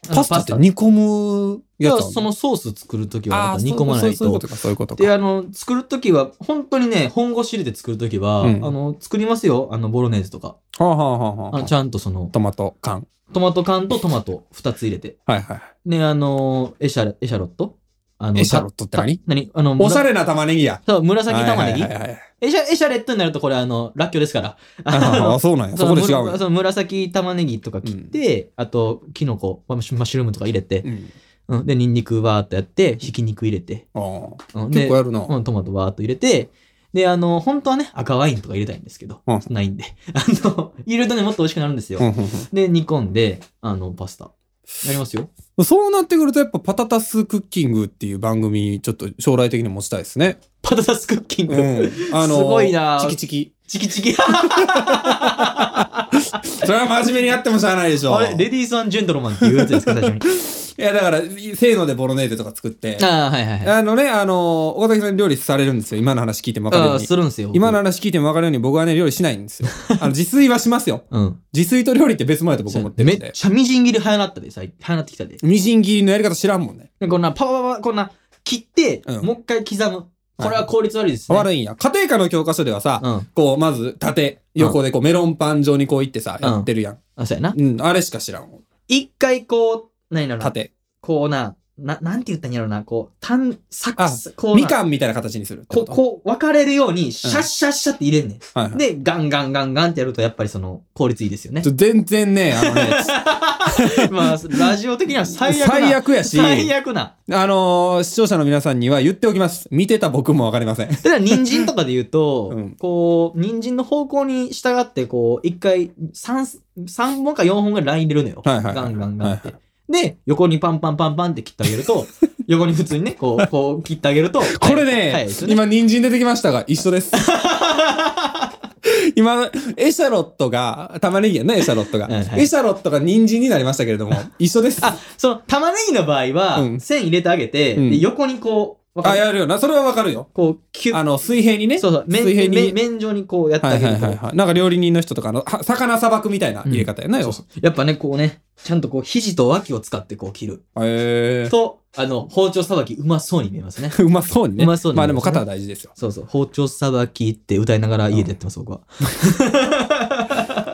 Speaker 2: あの
Speaker 1: パスタって煮込むや
Speaker 2: パ
Speaker 1: つ
Speaker 2: スタそのソース作るときは、やっ
Speaker 1: あ
Speaker 2: ぱ
Speaker 1: ー
Speaker 2: 煮込まない。
Speaker 1: そうそういうこととか、そういうことか。
Speaker 2: で、あの、作るときは、本当にね、本腰入れて作るときは、
Speaker 1: うん
Speaker 2: あの、作りますよ。あの、ボロネーゼとか。
Speaker 1: はあ、はあはあ
Speaker 2: あ
Speaker 1: は
Speaker 2: の、
Speaker 1: あ
Speaker 2: ちゃんとその、
Speaker 1: トマト缶。
Speaker 2: トマト缶とトマト2つ入れて。
Speaker 1: はいはい。
Speaker 2: ね、あの、エシャレエシャロットあの、
Speaker 1: エシャロットって何
Speaker 2: た何あの、
Speaker 1: おしゃ
Speaker 2: れ
Speaker 1: れな玉ねぎや。
Speaker 2: そう、紫玉ねぎ、
Speaker 1: はいはいはいはい
Speaker 2: エシャエシャレットになると、これ、あの、ラッキョですから。
Speaker 1: あ *laughs* あ、そうなんや。そこで違うん
Speaker 2: むら
Speaker 1: や。
Speaker 2: その紫玉ねぎとか切って、あと、キノコ、マッシュマッシュルームとか入れて、
Speaker 1: うん
Speaker 2: うん、で、ニンニクわーっとやって、ひき肉入れて、
Speaker 1: あー
Speaker 2: うん、で
Speaker 1: 結構やるな。
Speaker 2: うん、トマトわーっと入れて、で、あの、本当はね、赤ワインとか入れたいんですけど、
Speaker 1: うん
Speaker 2: ないんで、 *laughs* あの、入れるとね、もっと美味しくなるんですよ。
Speaker 1: うんうんうん
Speaker 2: で、煮込んで、あの、パスタ。やりますよ。
Speaker 1: そうなってくると、やっぱパタタスクッキングっていう番組、ちょっと将来的に持ちたいですね。
Speaker 2: パタタスクッキング。
Speaker 1: うん。あの、
Speaker 2: すごいな
Speaker 1: チキチキ。
Speaker 2: チキチキ。
Speaker 1: それは真面目にやってもしゃあないでしょ。
Speaker 2: *laughs* あれ、レディースジェントルマンっていうやつですか、最初に。
Speaker 1: いや、だから、せーのでボロネーゼとか作って。
Speaker 2: ああ、はいはいはい。
Speaker 1: *laughs* あのね、あの、岡崎さん料理されるんですよ。今の話聞いても分かる
Speaker 2: あ
Speaker 1: よう
Speaker 2: あ、
Speaker 1: に
Speaker 2: す。るんですよ。
Speaker 1: 今の話聞いても分かるように、僕はね、料理しないんですよ。あの、自炊はしますよ。
Speaker 2: うん。
Speaker 1: 自炊と料理って別物やと僕思って
Speaker 2: め
Speaker 1: る
Speaker 2: っ
Speaker 1: んで。
Speaker 2: ちゃみじん切り早なったで、最早なってきたで。
Speaker 1: みじん切りのやり方知らんもんね。
Speaker 2: でこんなパパパパ、こんな切って、
Speaker 1: うん
Speaker 2: もう一回刻む。これは効率悪いですね。
Speaker 1: 悪いんや。家庭科の教科書ではさ、
Speaker 2: うん。
Speaker 1: こう、まず、縦、横でこう、メロンパン状にこういってさ、やってるやん。
Speaker 2: あ、そうやな。
Speaker 1: うん、あれしか知らん。
Speaker 2: 一回こう、何やろな。
Speaker 1: 縦。
Speaker 2: こうな、な、なんて言ったんやろな、こう、単、さ
Speaker 1: あ
Speaker 2: こうな
Speaker 1: みかんみたいな形にするって
Speaker 2: こ
Speaker 1: こ
Speaker 2: う、
Speaker 1: と。
Speaker 2: こう、分かれるように、シャッシャッシャって入れんねん。
Speaker 1: はいはい
Speaker 2: で、ガンガンガンガンってやると、やっぱりその、効率いいですよね
Speaker 1: ち。ょ全然ね、あのね、
Speaker 2: *laughs* まあ、ラジオ的には最悪な。
Speaker 1: 最悪やし
Speaker 2: 最悪な。
Speaker 1: あのー視聴者の皆さんには言っておきます。見てた僕もわかりません。
Speaker 2: だから、人参とかで言うと、
Speaker 1: うん
Speaker 2: こう、人参の方向に従って、こう、一回、三、三本か四本ぐらいライン入れるのよ。
Speaker 1: はいはいはい
Speaker 2: ガンガンガンって。
Speaker 1: は
Speaker 2: で、横にパンパンパンパンって切ってあげ
Speaker 1: *laughs*
Speaker 2: ると、横に普通にね、こう、こう切ってあげると。
Speaker 1: これ
Speaker 2: はい
Speaker 1: ね、
Speaker 2: はいですよね
Speaker 1: 今人参出てきましたが、一緒
Speaker 2: *laughs*
Speaker 1: です。今、エシャロットが、玉ねぎやね、エシャロットが。
Speaker 2: はいはい
Speaker 1: エシャロットが人参になりましたけれども、一緒です。あ
Speaker 2: あ、その、玉ねぎの場合
Speaker 1: う
Speaker 2: は、
Speaker 1: ん
Speaker 2: 線入れてあげて、
Speaker 1: うん
Speaker 2: で横にこう、わかる
Speaker 1: やるよな。それはわかるよ。
Speaker 2: こう、キュッ
Speaker 1: あの、水平にね。
Speaker 2: そうそう、面
Speaker 1: 水平
Speaker 2: 面
Speaker 1: に。
Speaker 2: 面上にこうやって
Speaker 1: は
Speaker 2: あ
Speaker 1: い
Speaker 2: げ
Speaker 1: は
Speaker 2: る
Speaker 1: いはい
Speaker 2: と。
Speaker 1: はい。なんか料理人の人とかの、は魚さばくみたいな入れ方やな
Speaker 2: そ
Speaker 1: よ
Speaker 2: う。そうやっぱね、こうね、ちゃんとこう、肘と脇を使ってこう切る。
Speaker 1: へ
Speaker 2: と、あの、包丁さばき、うまそうに見えますね。
Speaker 1: *laughs* え。うまそうにね。
Speaker 2: うまそうに
Speaker 1: まあ
Speaker 2: 見
Speaker 1: で
Speaker 2: えま
Speaker 1: も
Speaker 2: すね
Speaker 1: 肩は大事ですよ。
Speaker 2: そうそう、包丁さばきって歌いながら家でやってます、僕は。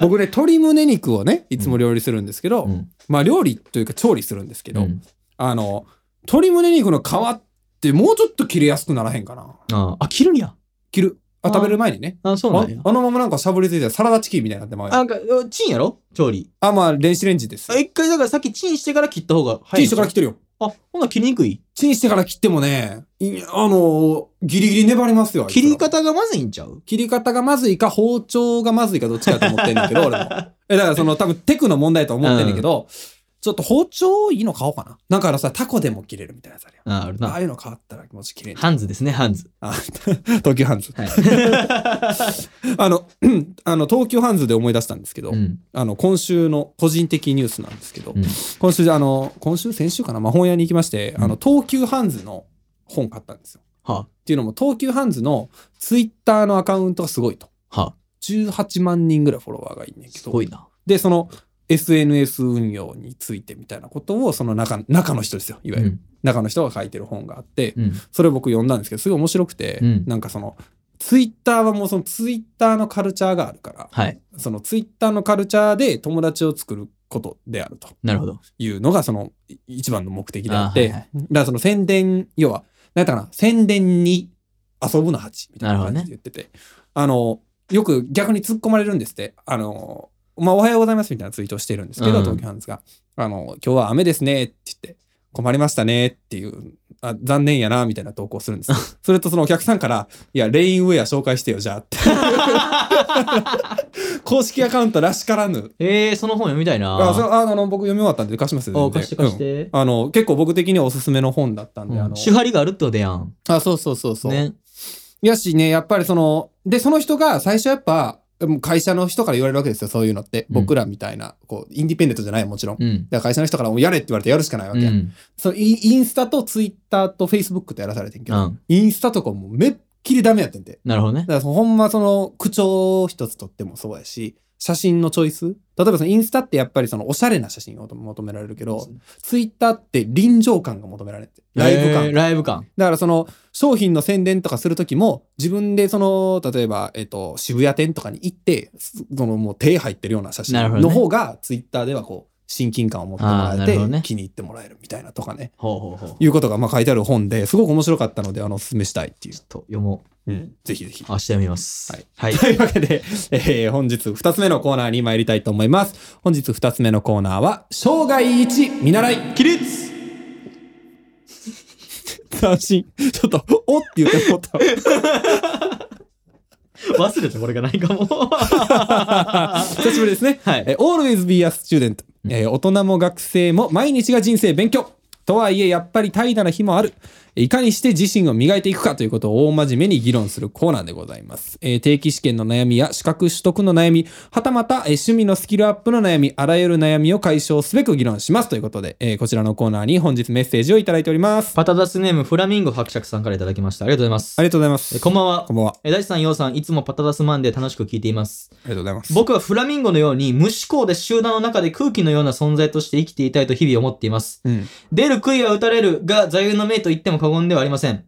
Speaker 1: 僕ね、鶏胸肉をね、いつも料理するんですけど、
Speaker 2: うん。
Speaker 1: まあ料理というか調理するんですけ
Speaker 2: う
Speaker 1: ど、
Speaker 2: ん、
Speaker 1: あの、鶏胸肉の皮ってもうちょっと切れやすくならへんかな。
Speaker 2: ああ、切るんや。
Speaker 1: 切る。あ、
Speaker 2: あー
Speaker 1: 食べる前にね。
Speaker 2: あそう
Speaker 1: あ
Speaker 2: なんや。
Speaker 1: あのままなんかしゃぶりついてサラダチキンみたいになってまう
Speaker 2: あ、
Speaker 1: よ。
Speaker 2: なんか、チンやろ調理。
Speaker 1: あ、まあ電子レンジです
Speaker 2: あ。一回だからさっきチンしてから切った方が
Speaker 1: チ
Speaker 2: 早い。
Speaker 1: ンしてから切ってるよ。
Speaker 2: あ、ほんなら切りにくい。
Speaker 1: チンしてから切ってもね、いあのーギリギリ粘りますよ。あいつら
Speaker 2: 切り方がまずいんちゃう
Speaker 1: 切り方がまずいか包丁がまずいかどっちかと思ってんだ
Speaker 2: *laughs*
Speaker 1: けど、俺も。え、だからその多分テクの問題と思ってんだけど、ちょっと包丁いいの買おうかな。なんかあのさ、タコでも切れるみたいなやつあるよ。
Speaker 2: あ、ある
Speaker 1: あ
Speaker 2: な。
Speaker 1: あいうの買ったら気持ち綺麗に。
Speaker 2: ハンズですね、ハンズ。
Speaker 1: あ、 *laughs* 東急ハンズ。
Speaker 2: はい。
Speaker 1: *laughs* あの、 *clears throat* あの、東急ハンズで思い出したんですけど、
Speaker 2: うん。
Speaker 1: あの、今週の個人的ニュースなんですけど、
Speaker 2: うん
Speaker 1: 今週、あの、今週、先週かな、まあ、本屋に行きまして、
Speaker 2: うん
Speaker 1: あの、東急ハンズの本買ったんですよ。
Speaker 2: は
Speaker 1: っていうのも、東急ハンズのツイッターのアカウントがすごいと。
Speaker 2: あ、はあ、
Speaker 1: 18万人ぐらいフォロワーがいんねんけ
Speaker 2: す
Speaker 1: ど
Speaker 2: ご、いな。
Speaker 1: で、その、SNS 運用についてみたいなことを、その中、中の人ですよ、いわゆる。中の人が書いてる本があって、
Speaker 2: うん。
Speaker 1: それ僕読んだんですけど、すごい面白くて、
Speaker 2: うん
Speaker 1: なんかその、ツイッターはもうそのツイッターのカルチャーがあるから、
Speaker 2: はい。
Speaker 1: そのツイッターのカルチャーで友達を作ることであると
Speaker 2: なるほど。
Speaker 1: いうのがそのい一番の目的であっ
Speaker 2: あ
Speaker 1: て、
Speaker 2: はいはい
Speaker 1: だからその宣伝、要は、なんやったかな、宣伝に遊ぶの八みたいな感じで言ってて、あの、よく逆に突っ込まれるんですって、あの、まあ、おはようございますみたいなツイートをしてるんですけど、
Speaker 2: うん
Speaker 1: 東京ハンズが、あの、今日は雨ですねって言って、困りましたねっていう、あ残念やな、みたいな投稿するんです
Speaker 2: *laughs*
Speaker 1: よそれとそのお客さんから、いや、レインウェア紹介してよ、じゃあ
Speaker 2: *laughs*
Speaker 1: って。公式アカウントらしからぬ
Speaker 2: ええー、その本読みたいな。
Speaker 1: あそうああの僕読み終わったんで貸しますよ
Speaker 2: お
Speaker 1: 全然
Speaker 2: 貸して貸し
Speaker 1: うん
Speaker 2: て。
Speaker 1: あの結構僕的にはおすすめの本だったんで、あ
Speaker 2: うん
Speaker 1: の
Speaker 2: 手張りがあるってことやん。
Speaker 1: あそうそうそうそう、
Speaker 2: ね。
Speaker 1: やしねやっぱりそのでその人が最初やっぱもう会社の人から言われるわけですよそういうのって
Speaker 2: うん
Speaker 1: 僕らみたいな、こうインディペンデントじゃないもちろん、だ
Speaker 2: うん。
Speaker 1: から会社の人からもうやれって言われてやるしかないわ
Speaker 2: う
Speaker 1: けや、
Speaker 2: ん。
Speaker 1: そのイインスタとツイッターとフェイスブックとやらされてんけ
Speaker 2: う
Speaker 1: ど、
Speaker 2: ん。
Speaker 1: インスタとかもうめっきりダメやってんて
Speaker 2: なるほどね
Speaker 1: だ。からそのほんまその口調一つとってもそうやし写真のチョイス例えばそのインスタってやっぱりそのおしゃれな写真を求められるけどツイッターって臨場感が求められてライブ感、
Speaker 2: えーライブ感。
Speaker 1: だからその商品の宣伝とかする時も自分でその例えば、えっと渋谷店とかに行ってすそのもう手入ってるような写
Speaker 2: なるほ
Speaker 1: 真
Speaker 2: どね
Speaker 1: の方がツイッターではこう親近感を持ってもら
Speaker 2: あー
Speaker 1: え
Speaker 2: な
Speaker 1: て
Speaker 2: る、ほどね
Speaker 1: 気に入ってもらえるみたいなとかね
Speaker 2: ほうほうほう。
Speaker 1: いうことがまあ書いてある本ですごく面白かったのであのおすすめしたいっていう
Speaker 2: ちょ、っと読もう。
Speaker 1: うん、ぜひぜひ。
Speaker 2: 明日読みます。
Speaker 1: はい。
Speaker 2: はい。
Speaker 1: というわけで、えー本日2つ目のコーナーに参りたいと思います。本日2つ目のコーナーは、生涯一見習い。起立斬新。ちょっと、おって言ってもった。
Speaker 2: *laughs* 忘れたこれがないか
Speaker 1: *laughs*
Speaker 2: も。
Speaker 1: 久しぶりですね。
Speaker 2: はい
Speaker 1: えー Always be a student、えー大人も学生も毎日が人生勉強。とはいえ、やっぱり怠惰な日もある。いかにして自身を磨いていくかということを大真面目に議論するコーナーでございます。えー定期試験の悩みや資格取得の悩み、はたまた、えー趣味のスキルアップの悩み、あらゆる悩みを解消すべく議論しますということで、えーこちらのコーナーに本日メッセージをいただいております。
Speaker 2: *laughs* パタダスネームフラミンゴ伯爵さんからいただきました。ありがとうございます。
Speaker 1: ありがとうございます。
Speaker 2: えこんばんは
Speaker 1: こ。んばんは。あ
Speaker 2: え大地さん、ようさん、いつもパタダスマンで楽しく聞いています。
Speaker 1: りがとうございます。
Speaker 2: 僕はフラミンゴのように無思考で集団の中で空気のような存在として生きていたいと日々思っています。
Speaker 1: うん。
Speaker 2: 出る杭は打たれるが座右の銘と言っても過言ではありません。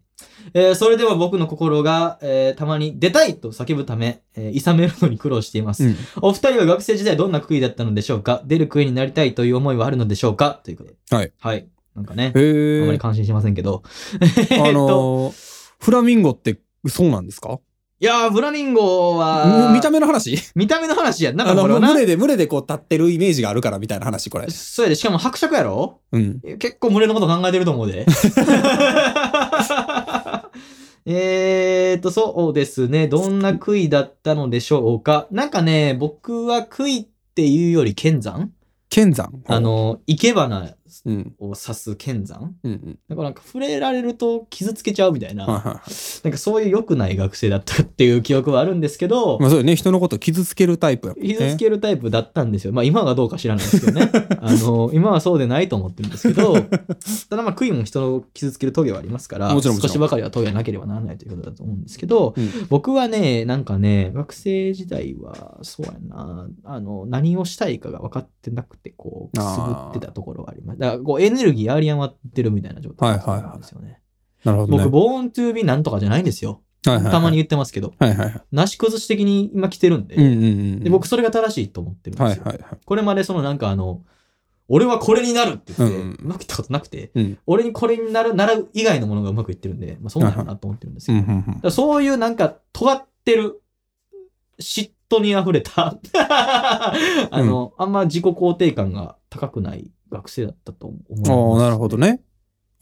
Speaker 2: えーそれでは僕の心が、えーたまに出たいと叫ぶため、えー、いさめるのに苦労しています。
Speaker 1: うん
Speaker 2: お二人は学生時代どんな悔いだったのでしょうか出る悔いになりたいという思いはあるのでしょうかということで。
Speaker 1: はい。
Speaker 2: はい。なんかね、あま
Speaker 1: へ
Speaker 2: り
Speaker 1: え。
Speaker 2: 感心しませんけど。
Speaker 1: あ
Speaker 2: *laughs* えーっと、
Speaker 1: のー、フラミンゴってそうなんですか
Speaker 2: いやー、フラミンゴは、
Speaker 1: む見た目の
Speaker 2: *laughs*
Speaker 1: 話
Speaker 2: 見た目の話やん。なん
Speaker 1: あ
Speaker 2: か
Speaker 1: の、
Speaker 2: これはな
Speaker 1: 群。れで、群れでこう立ってるイメージがあるからみたいな話、これ。
Speaker 2: そうやで、しかも伯爵やろ
Speaker 1: うん。
Speaker 2: 結構群れのこと考えてると思うで。えーっと、そうですね。どんな悔いだったのでしょうか。なんかね、僕は悔いっていうより剣山
Speaker 1: 剣山。
Speaker 2: あ、の、生け花
Speaker 1: うん。
Speaker 2: を刺す剣山
Speaker 1: うんうん。
Speaker 2: だからなんか触れられると傷つけちゃうみたいな、
Speaker 1: はいはいはい。
Speaker 2: なんかそういう良くない学生だったっていう記憶はあるんですけど、
Speaker 1: まあそうよね、人のこと傷つけるタイプやもんね。
Speaker 2: 傷つけるタイプだったんですよ。まあ今はどうか知らないです
Speaker 1: *laughs*
Speaker 2: けどね。あの、今はそうでないと思ってるんですけど、 *laughs* ただまあ悔いも人の傷つけるトゲはありますから、
Speaker 1: もちろんもち
Speaker 2: 少
Speaker 1: ろん
Speaker 2: しばかりはトゲがなければならないということだと思うんですけど、
Speaker 1: うん
Speaker 2: 僕はね、なんかね、学生時代は、そうやな、あの、何をしたいかが分かってなくて、こう、くすぶってたところはあります。だからこうエネルギーあり余ってるみたいな状態だったんですよね。
Speaker 1: なるほどね。
Speaker 2: 僕、ボーントゥービーなんとかじゃないんですよ。
Speaker 1: はいはいはい
Speaker 2: たまに。言ってますけど、
Speaker 1: はいはいはい。
Speaker 2: なし崩し的に今来てるんで、
Speaker 1: うんうんうん。
Speaker 2: で僕、それが正しいと思ってるん
Speaker 1: は
Speaker 2: で
Speaker 1: い
Speaker 2: すよ。
Speaker 1: はいはい。
Speaker 2: これまでそのなんかあの、俺はこれになるって言って、
Speaker 1: うん
Speaker 2: うまくいったことなくて、
Speaker 1: うん
Speaker 2: 俺にこれになる、なる以外のものがうまくいってるんで、まあそうなるなと思ってるんです
Speaker 1: う
Speaker 2: け
Speaker 1: ん
Speaker 2: ど、
Speaker 1: う
Speaker 2: だ
Speaker 1: んうん
Speaker 2: からそういうなんか尖ってる、嫉妬に溢れた、あの、あんま自己肯定感が高くない学生だったと思います。
Speaker 1: ああ、なるほどね。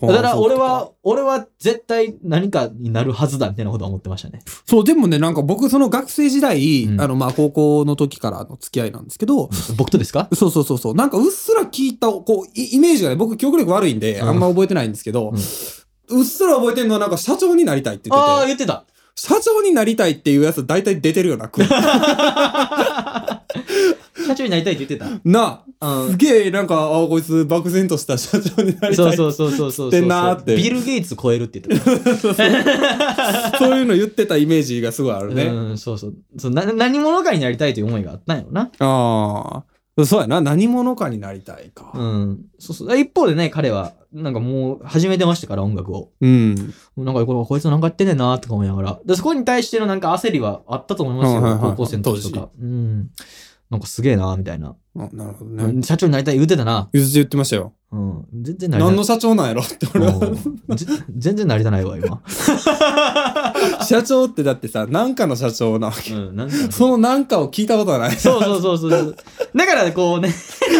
Speaker 2: だから俺
Speaker 1: あー。そうか
Speaker 2: は、俺は絶対何かになるはずだみたいなことは思ってまし
Speaker 1: *laughs*
Speaker 2: たね。
Speaker 1: そう、でもね、なんか僕、その学生時代、
Speaker 2: うん
Speaker 1: あの、まあ、高校の時からの付き合いなんですけど、
Speaker 2: 僕とですか
Speaker 1: そうそうそうそう。なんかうっすら聞いた、こう、イイメージがね、僕記憶力悪いんで、
Speaker 2: うん
Speaker 1: あんま覚えてないんですけど、
Speaker 2: う
Speaker 1: うんっすら覚えてんのはなんか社長になりたいって言って
Speaker 2: ああ、
Speaker 1: て、
Speaker 2: 言ってた。
Speaker 1: 社長になりたいっていうやつ大体出てるよな、く
Speaker 2: *laughs* 社長になりたいって言って
Speaker 1: *laughs* な
Speaker 2: た。う
Speaker 1: あ、
Speaker 2: ん
Speaker 1: すげえなんか、ああ、こいつ漠然とした社長になりたい。
Speaker 2: そうそうそうそうそうそう。
Speaker 1: 知ってんなーって
Speaker 2: ビル・ゲイツ超えるって言って
Speaker 1: そういうの言ってたイメージがすごいあ
Speaker 2: た。
Speaker 1: るね。
Speaker 2: うん、そうそうそうな。何者かになりたいという思いがあったんやろな。
Speaker 1: ああ。そうやな。何者かになりたいか。
Speaker 2: うん。そうそう。一方でね、彼は、なんかもう始めてましたから、音楽を。
Speaker 1: うん。
Speaker 2: なんか、これこいつなんかやってんねんなーとか思いながら。で、そこに対してのなんか焦りはあったと思いますよ
Speaker 1: うんはいはいは。い
Speaker 2: 高校生の時とか。うん。なんかすげえなーみたいな。
Speaker 1: あなるほどね。
Speaker 2: うん社長になりたい言うてたな。
Speaker 1: ゆずじ言ってましたよ。
Speaker 2: うん。全然なりた
Speaker 1: 何の社長なんやろって俺は。
Speaker 2: うんぜ全然なりたないわ、今。
Speaker 1: 社長ってだってさ、なんかの社長なわけ。
Speaker 2: うん、なんか
Speaker 1: そのなんかを聞いたことはない。
Speaker 2: そうそうそうそう。だからこうね、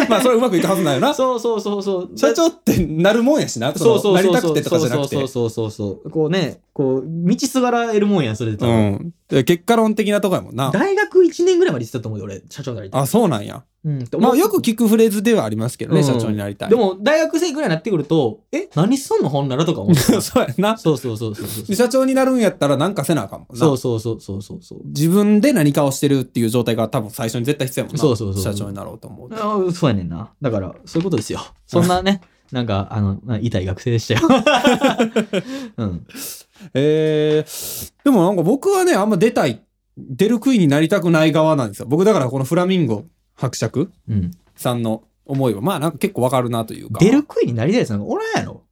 Speaker 1: まあそれはうまくいくはずないよな。
Speaker 2: そうそうそうそう。
Speaker 1: 社長ってなるもんやしな。
Speaker 2: そうそ
Speaker 1: の
Speaker 2: うそう
Speaker 1: なりた
Speaker 2: そ
Speaker 1: く
Speaker 2: う
Speaker 1: てとかじゃなくて。
Speaker 2: そうそうそうそうそう。こうね、こう、道すがら得るもんやん、それで多
Speaker 1: う
Speaker 2: 分。
Speaker 1: ん。で結果論的なとこやもんな。
Speaker 2: 大学1年ぐらいまで行ってたと思うよ、俺、社長になりたい。
Speaker 1: あ、そうなんや。
Speaker 2: うん、
Speaker 1: まあよく聞
Speaker 2: 聞
Speaker 1: くフレーズではありますけどね、
Speaker 2: うん
Speaker 1: 社長になりたい。
Speaker 2: で、も、大学生ぐらいになってくると、え、何すんのほんならと
Speaker 1: *laughs*
Speaker 2: か思う。そ
Speaker 1: そうやな。
Speaker 2: うそうそうそうそう。
Speaker 1: で社長になるんやったらなんかせなあかんもんな。
Speaker 2: そうそうそうそうそうそう。
Speaker 1: 自分で何かをしてるっていう状態が多分最初に絶対必要やもんな。
Speaker 2: そうそうそう
Speaker 1: 社長になろうと思うと。
Speaker 2: あーそうやねんな。だから、そういうことですよ。そんなね、 *laughs* なんか、あの、まあ痛い学生でしたよ。
Speaker 1: *laughs*
Speaker 2: うん。
Speaker 1: えー、でもなんか僕はね、あんま出たい、出る杭になりたくない側なんですよ。僕だからこのフラミンゴ伯爵
Speaker 2: うん。
Speaker 1: さんの思いは、まあなんか結構わかるなというか。
Speaker 2: 出る杭になりたいやつなんかおらんやろ。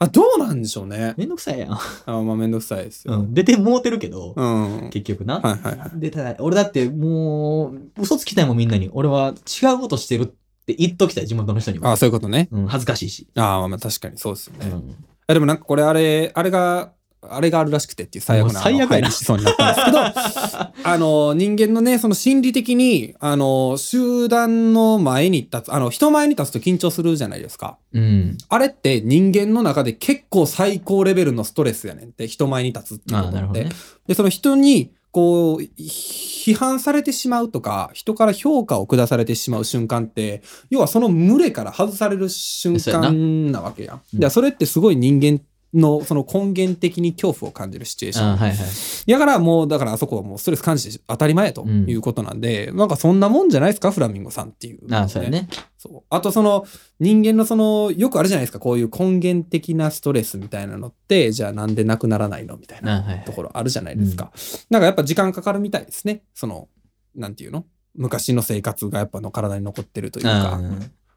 Speaker 1: あ、どうなんでしょうね。
Speaker 2: めんどくさいやん。
Speaker 1: あまあめんどくさいです
Speaker 2: う
Speaker 1: よ。
Speaker 2: ん。出てもうてるけど、
Speaker 1: うん。はい
Speaker 2: 結局な。
Speaker 1: はいはい。
Speaker 2: 出てない。俺だってもう、嘘つきたいもんみんなに。俺は違うことしてるって言っときたい、地元の人には。
Speaker 1: あそういうことね。
Speaker 2: うん、恥ずかしいし。
Speaker 1: ああ、まあ確かにそうですよね。
Speaker 2: うん。
Speaker 1: あでもなんかこれあれ、あれが、あれがあるらしくてっていう最悪
Speaker 2: も
Speaker 1: な
Speaker 2: う最悪やな
Speaker 1: あの入りしそうになったんですけ
Speaker 2: *laughs*
Speaker 1: ど、あの、人間のね、その心理的に、あの、集団の前に立つ、あの、人前に立つと緊張するじゃないですか。
Speaker 2: うん。
Speaker 1: あれって人間の中で結構最高レベルのストレスやねんって、人前に立つっていう
Speaker 2: あ
Speaker 1: こと
Speaker 2: あ、
Speaker 1: っ
Speaker 2: な
Speaker 1: て。
Speaker 2: るほどね。
Speaker 1: で、その人に、こう、批判されてしまうとか、人から評価を下されてしまう瞬間って、要はその群れから外される瞬
Speaker 2: そうやな
Speaker 1: 間なわけやん。
Speaker 2: うん
Speaker 1: で、それってすごい人間のその根源的に恐怖を感じるシチュエーション。
Speaker 2: ああ、はいはい。
Speaker 1: だからもう、だからあそこはもうストレス感じて当たり前やと
Speaker 2: うん
Speaker 1: いうことなんで、なんかそんなもんじゃないですか、フラミンゴさんっていう、
Speaker 2: ああ、そうや。ね。
Speaker 1: そう。あとその人間のその、よくあるじゃないですか、こういう根源的なストレスみたいなのって、じゃあなんでなくならないのみたいな。
Speaker 2: ああ、はいはい
Speaker 1: と。ころあるじゃないですか。なんかやっぱ時間かかるみたいですね。その、なんていうの昔の生活がやっぱの体に残ってるという
Speaker 2: ああ
Speaker 1: か、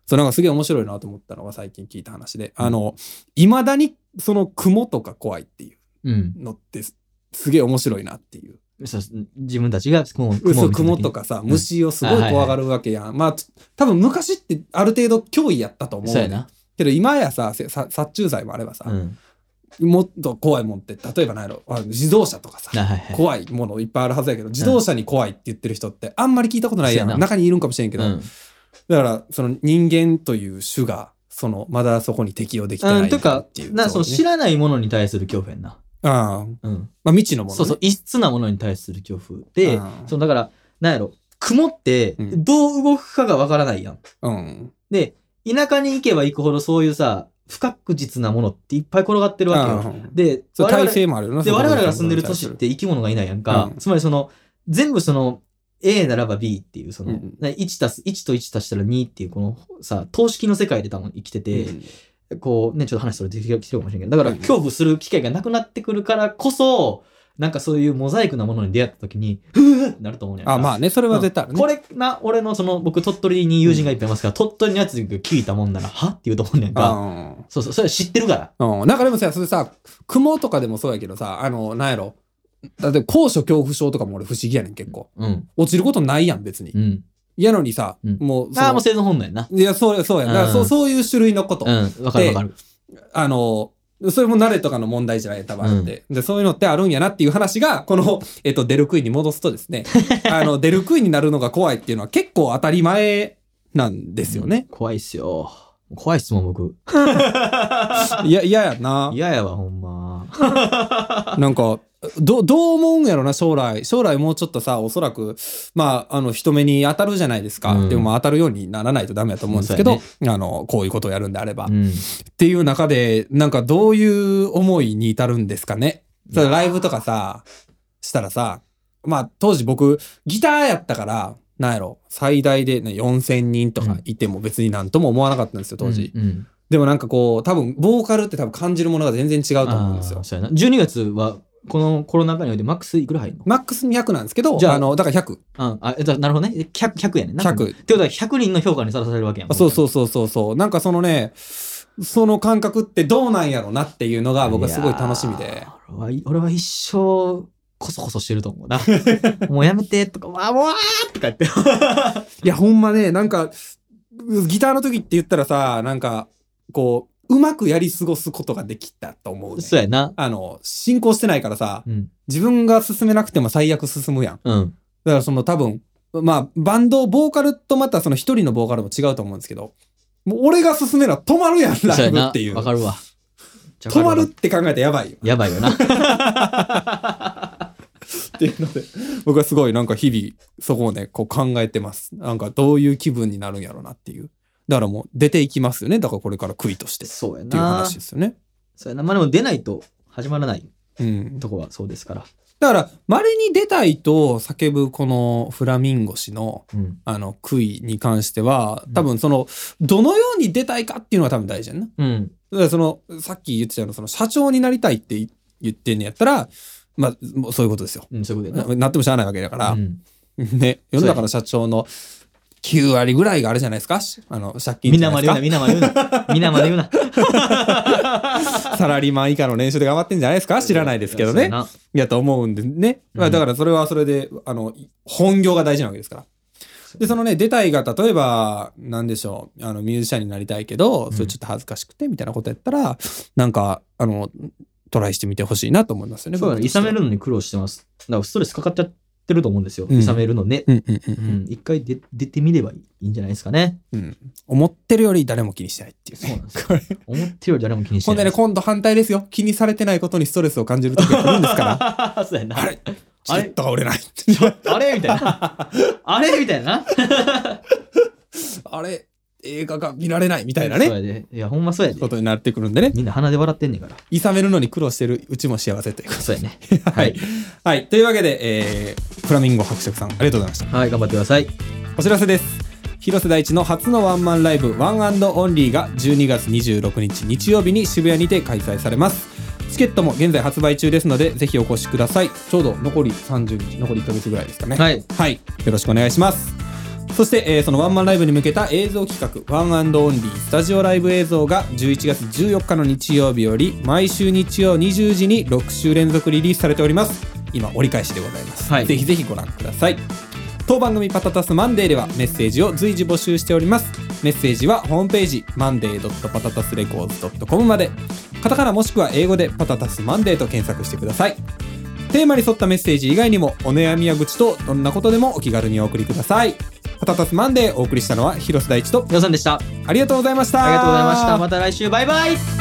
Speaker 1: そうなんかすげえ面白いなと思ったのが最近聞いた話で、あの、いまだにその雲とか怖いっていう
Speaker 2: うん。
Speaker 1: のってすすげえ面白いなっていう。
Speaker 2: そう自分たちが雲を
Speaker 1: 嘘
Speaker 2: 見た時に
Speaker 1: 雲とかさ虫をすごい怖がるわけやん、まあ多分昔ってある程度脅威やったと思う
Speaker 2: そうや
Speaker 1: ねん
Speaker 2: な。
Speaker 1: けど今やさせさ殺虫剤もあればさ
Speaker 2: う、ん。
Speaker 1: もっと怖いもんって例えば何やろあの自動車とかさ
Speaker 2: なはいはい。
Speaker 1: 怖いものいっぱいあるはずやけど自動車に怖いって言ってる人ってあんまり聞いたことないやん
Speaker 2: そうやな
Speaker 1: 中にいるんかもしれんけど、
Speaker 2: うん
Speaker 1: だからその人間という種がそのまだそこに適応できてない
Speaker 2: うん、とか
Speaker 1: ってい、う
Speaker 2: なその
Speaker 1: そう
Speaker 2: 知
Speaker 1: ね
Speaker 2: らないものに対する恐怖やんな。
Speaker 1: ああ
Speaker 2: うん。
Speaker 1: まあ未知のものね、
Speaker 2: そうそう、異質なものに対する恐怖。で
Speaker 1: あ、ー
Speaker 2: そのだから、なんやろ、雲って
Speaker 1: うん
Speaker 2: どう動くかがわからないやん。
Speaker 1: うん
Speaker 2: で、田舎に行けば行くほどそういうさ、不確実なものっていっぱい転がってるわけよ。
Speaker 1: ああ
Speaker 2: で、
Speaker 1: そう
Speaker 2: 我々
Speaker 1: 体制もあるよな
Speaker 2: で
Speaker 1: そこ
Speaker 2: 我
Speaker 1: に
Speaker 2: 々が住んでる都市って生き物がいないやんか、
Speaker 1: うん
Speaker 2: つまりその全部その A ならば B っていうその、
Speaker 1: うん
Speaker 2: 1たす1と1足したら2っていうこのさ等式の世界で多分生きてて、
Speaker 1: うん
Speaker 2: こうねちょっと話それてきてるかもしれんけどだか
Speaker 1: う
Speaker 2: ら
Speaker 1: ん
Speaker 2: 恐怖する機会がなくなってくるからこそなんかそういうモザイクなものに出会った時に「ふぅ!」ってなると思うねんか
Speaker 1: あまあねそれは絶対あるね、
Speaker 2: これな俺のその僕鳥取に友人がいっぱいいますから、鳥取のやつが聞いたもんなら「は?」って言うと思うねんか、
Speaker 1: あ
Speaker 2: そうそうそれは知ってるから
Speaker 1: あうん、なんかでもさそれさ雲とかでもそうやけどさあのなんやろだって高所恐怖症とかも俺不思議やねん結構
Speaker 2: うん
Speaker 1: 落ちることないやん別に、
Speaker 2: うん
Speaker 1: やのにさ、
Speaker 2: うん
Speaker 1: もうそ
Speaker 2: ああも
Speaker 1: の
Speaker 2: う生存本能やない
Speaker 1: やそうそうやだから
Speaker 2: うん
Speaker 1: そうそういう種類のこと、
Speaker 2: うんわかるわかる
Speaker 1: あのそれも慣れとかの問題じゃない多分あって、でそういうのってあるんやなっていう話がこの、 *laughs* えっと、デルクインに戻すとです
Speaker 2: *laughs*
Speaker 1: ねあのデルクインになるのが怖いっていうのは結構当たり前なんですよね。
Speaker 2: 怖いっすよ。怖い質問僕。
Speaker 1: いや嫌ややな
Speaker 2: 嫌やわ、ほんま。
Speaker 1: なんかどどう思うんやろな将来将来もうちょっとさおそらくまああの人目に当たるじゃないですか、
Speaker 2: うん
Speaker 1: でもまあ当たるようにならないとダメだと思うんですけど、
Speaker 2: そ
Speaker 1: あのこういうことをやるんであれば、
Speaker 2: う
Speaker 1: っ
Speaker 2: ん。
Speaker 1: ていう中でなんかどういう思いに至るんですかねそれライブとかさしたらさまあ当時僕ギターやったからなんやろ最大で、ね、4,000人とかいても別になんとも思わなかったんですよ当時、
Speaker 2: うん。うん
Speaker 1: でもなんかこう多分ボーカルって多分感じるものが全然違うと思うんですよ
Speaker 2: あーそうやな。12月は、このコロナ禍においてマックスいくら入るの
Speaker 1: マックス200なんですけど、
Speaker 2: じゃあ
Speaker 1: あ、の、だから100。
Speaker 2: ああ、えっと、なるほどね。100、100やねんな。って
Speaker 1: 100。
Speaker 2: ことは100人の評価にさらされるわけやん。
Speaker 1: あそうそうそうそうそう。なんかそのね、その感覚ってどうなんやろなっていうのが僕はすごい楽しみ
Speaker 2: い
Speaker 1: で。
Speaker 2: やー。俺は、俺は一生、こそこそしてると思うな。
Speaker 1: *laughs*
Speaker 2: もうやめてとか、わあ、もうあーとか言って。
Speaker 1: いや、ほんまね、なんか、うギターの時って言ったらさ、なんか、こう、うまくやり過ごすことができたと思う、ね。
Speaker 2: そうやな。
Speaker 1: あの、進行してないからさ、
Speaker 2: うん。
Speaker 1: 自分が進めなくても最悪進むやん。
Speaker 2: うん。
Speaker 1: だからその多分、まあ、バンド、ボーカルとまたその一人のボーカルも違うと思うんですけど、もう俺が進めな止まるやん、ラ
Speaker 2: そ
Speaker 1: イ
Speaker 2: うや
Speaker 1: ブ
Speaker 2: な。
Speaker 1: っていう。
Speaker 2: わかるわ。
Speaker 1: 止まるって考えたらやばいよ
Speaker 2: や
Speaker 1: *laughs*
Speaker 2: ばいよな。
Speaker 1: っていうので僕はすごいなんか日々そこをねこう考えてますなんかどういう気分になるんやろうなっていうだからもう出ていきますよねだからこれから悔いとしてっ
Speaker 2: そうや
Speaker 1: ていう
Speaker 2: な
Speaker 1: 話。ですよね
Speaker 2: そうやな。まあでも出ないと始まらない
Speaker 1: うんだ
Speaker 2: とこはそうですから。
Speaker 1: から稀に出たいと叫ぶこのフラミンゴ氏の
Speaker 2: うん。
Speaker 1: あの悔いに関しては多分そのどのように出たいかっていうのが多分大事やんな
Speaker 2: うん。
Speaker 1: だからそのさっき言ってたようなその社長になりたいって言ってんのやったらまあもうそういうことですよ
Speaker 2: うん、そういうことや
Speaker 1: なってもしゃあないわけだから、
Speaker 2: な。うん
Speaker 1: *laughs* ね、世の中の社長の9割ぐらいがあれじゃないですかしあの借金
Speaker 2: みん
Speaker 1: じゃ
Speaker 2: な
Speaker 1: な
Speaker 2: ま
Speaker 1: いで
Speaker 2: です言う
Speaker 1: か
Speaker 2: な、みんなまで言うな。
Speaker 1: *laughs*
Speaker 2: みんなまで言うな。
Speaker 1: サラリーマン以下の年収で頑張ってんじゃないですか知らないですけど
Speaker 2: そう
Speaker 1: ね。
Speaker 2: やない
Speaker 1: やと思うんでね、ま
Speaker 2: う
Speaker 1: あ、
Speaker 2: ん
Speaker 1: だからそれはそれであの本業が大事なわけですから。でそのね出たいが例えばなんでしょうあのミュージシャンになりたいけど
Speaker 2: ん
Speaker 1: それちょっと恥ずかしくてみたいなことやったら、なんかあのトライしてみてほしいなと思いますよね。
Speaker 2: そうだね。
Speaker 1: 僕と
Speaker 2: い
Speaker 1: して
Speaker 2: さ
Speaker 1: は
Speaker 2: めるのに苦労してます。だからストレスかかっちゃってると思うんですよ。
Speaker 1: うん
Speaker 2: いさめるのね。
Speaker 1: うんうんう
Speaker 2: うんん。一回出出てみればいいんじゃないですかね。
Speaker 1: うんうん思ってるより誰も気にしてないっていう
Speaker 2: そう
Speaker 1: ね。
Speaker 2: なんですよ。思ってるより誰も気にし
Speaker 1: ほ
Speaker 2: て
Speaker 1: んで
Speaker 2: ない
Speaker 1: ね、
Speaker 2: です。
Speaker 1: 今度反対ですよ。気にされてないことにストレスを感じる時が来るんですから。
Speaker 2: ら。そうやな。
Speaker 1: あれ
Speaker 2: *laughs* あれ
Speaker 1: チケットが売れない。
Speaker 2: あれみたい *laughs* な。あれみたいな。
Speaker 1: *laughs* あれ映画が見られないみたいな
Speaker 2: そう
Speaker 1: ね。
Speaker 2: やで。いや、ほんまそうやで
Speaker 1: こ。とになってくるんでね。
Speaker 2: みんな鼻で笑ってんねんから。
Speaker 1: いさめるのに苦労してるうちも幸せというこ
Speaker 2: そうやね。
Speaker 1: と。はい。はい。というわけで、えー、フラミンゴ伯爵さん、ありがとうございました。
Speaker 2: はい、頑張ってください。
Speaker 1: お知らせです。広瀬大地の初のワンマンライブ、ワンオンリーが12月26日日曜日に渋谷にて開催されます。チケットも現在発売中ですので、ぜひお越しください。ちょうど残り30日、残り1ヶ月ぐらいですかね。
Speaker 2: はい。
Speaker 1: はい、よろしくお願いします。そして、えーそのワンマンライブに向けた映像企画、ワンオンリースタジオライブ映像が11月14日の日曜日より、毎週日曜20時に6週連続リリースされております。今、折り返しでございます。
Speaker 2: はい
Speaker 1: ぜひぜひご覧ください。当番組パタタスマンデーではメッセージを随時募集しております。メッセージはホームページ monday.patatasrecords.com まで。カタカナもしくは英語でパタタスマンデーと検索してください。テーマに沿ったメッセージ以外にもお悩みや愚痴とどんなことでもお気軽にお送りください。パタタスマンデーお送りしたのは広瀬大地と
Speaker 2: 皆さんでした。あり
Speaker 1: ありがとうございました。
Speaker 2: がとうございました。また来週、バイバイ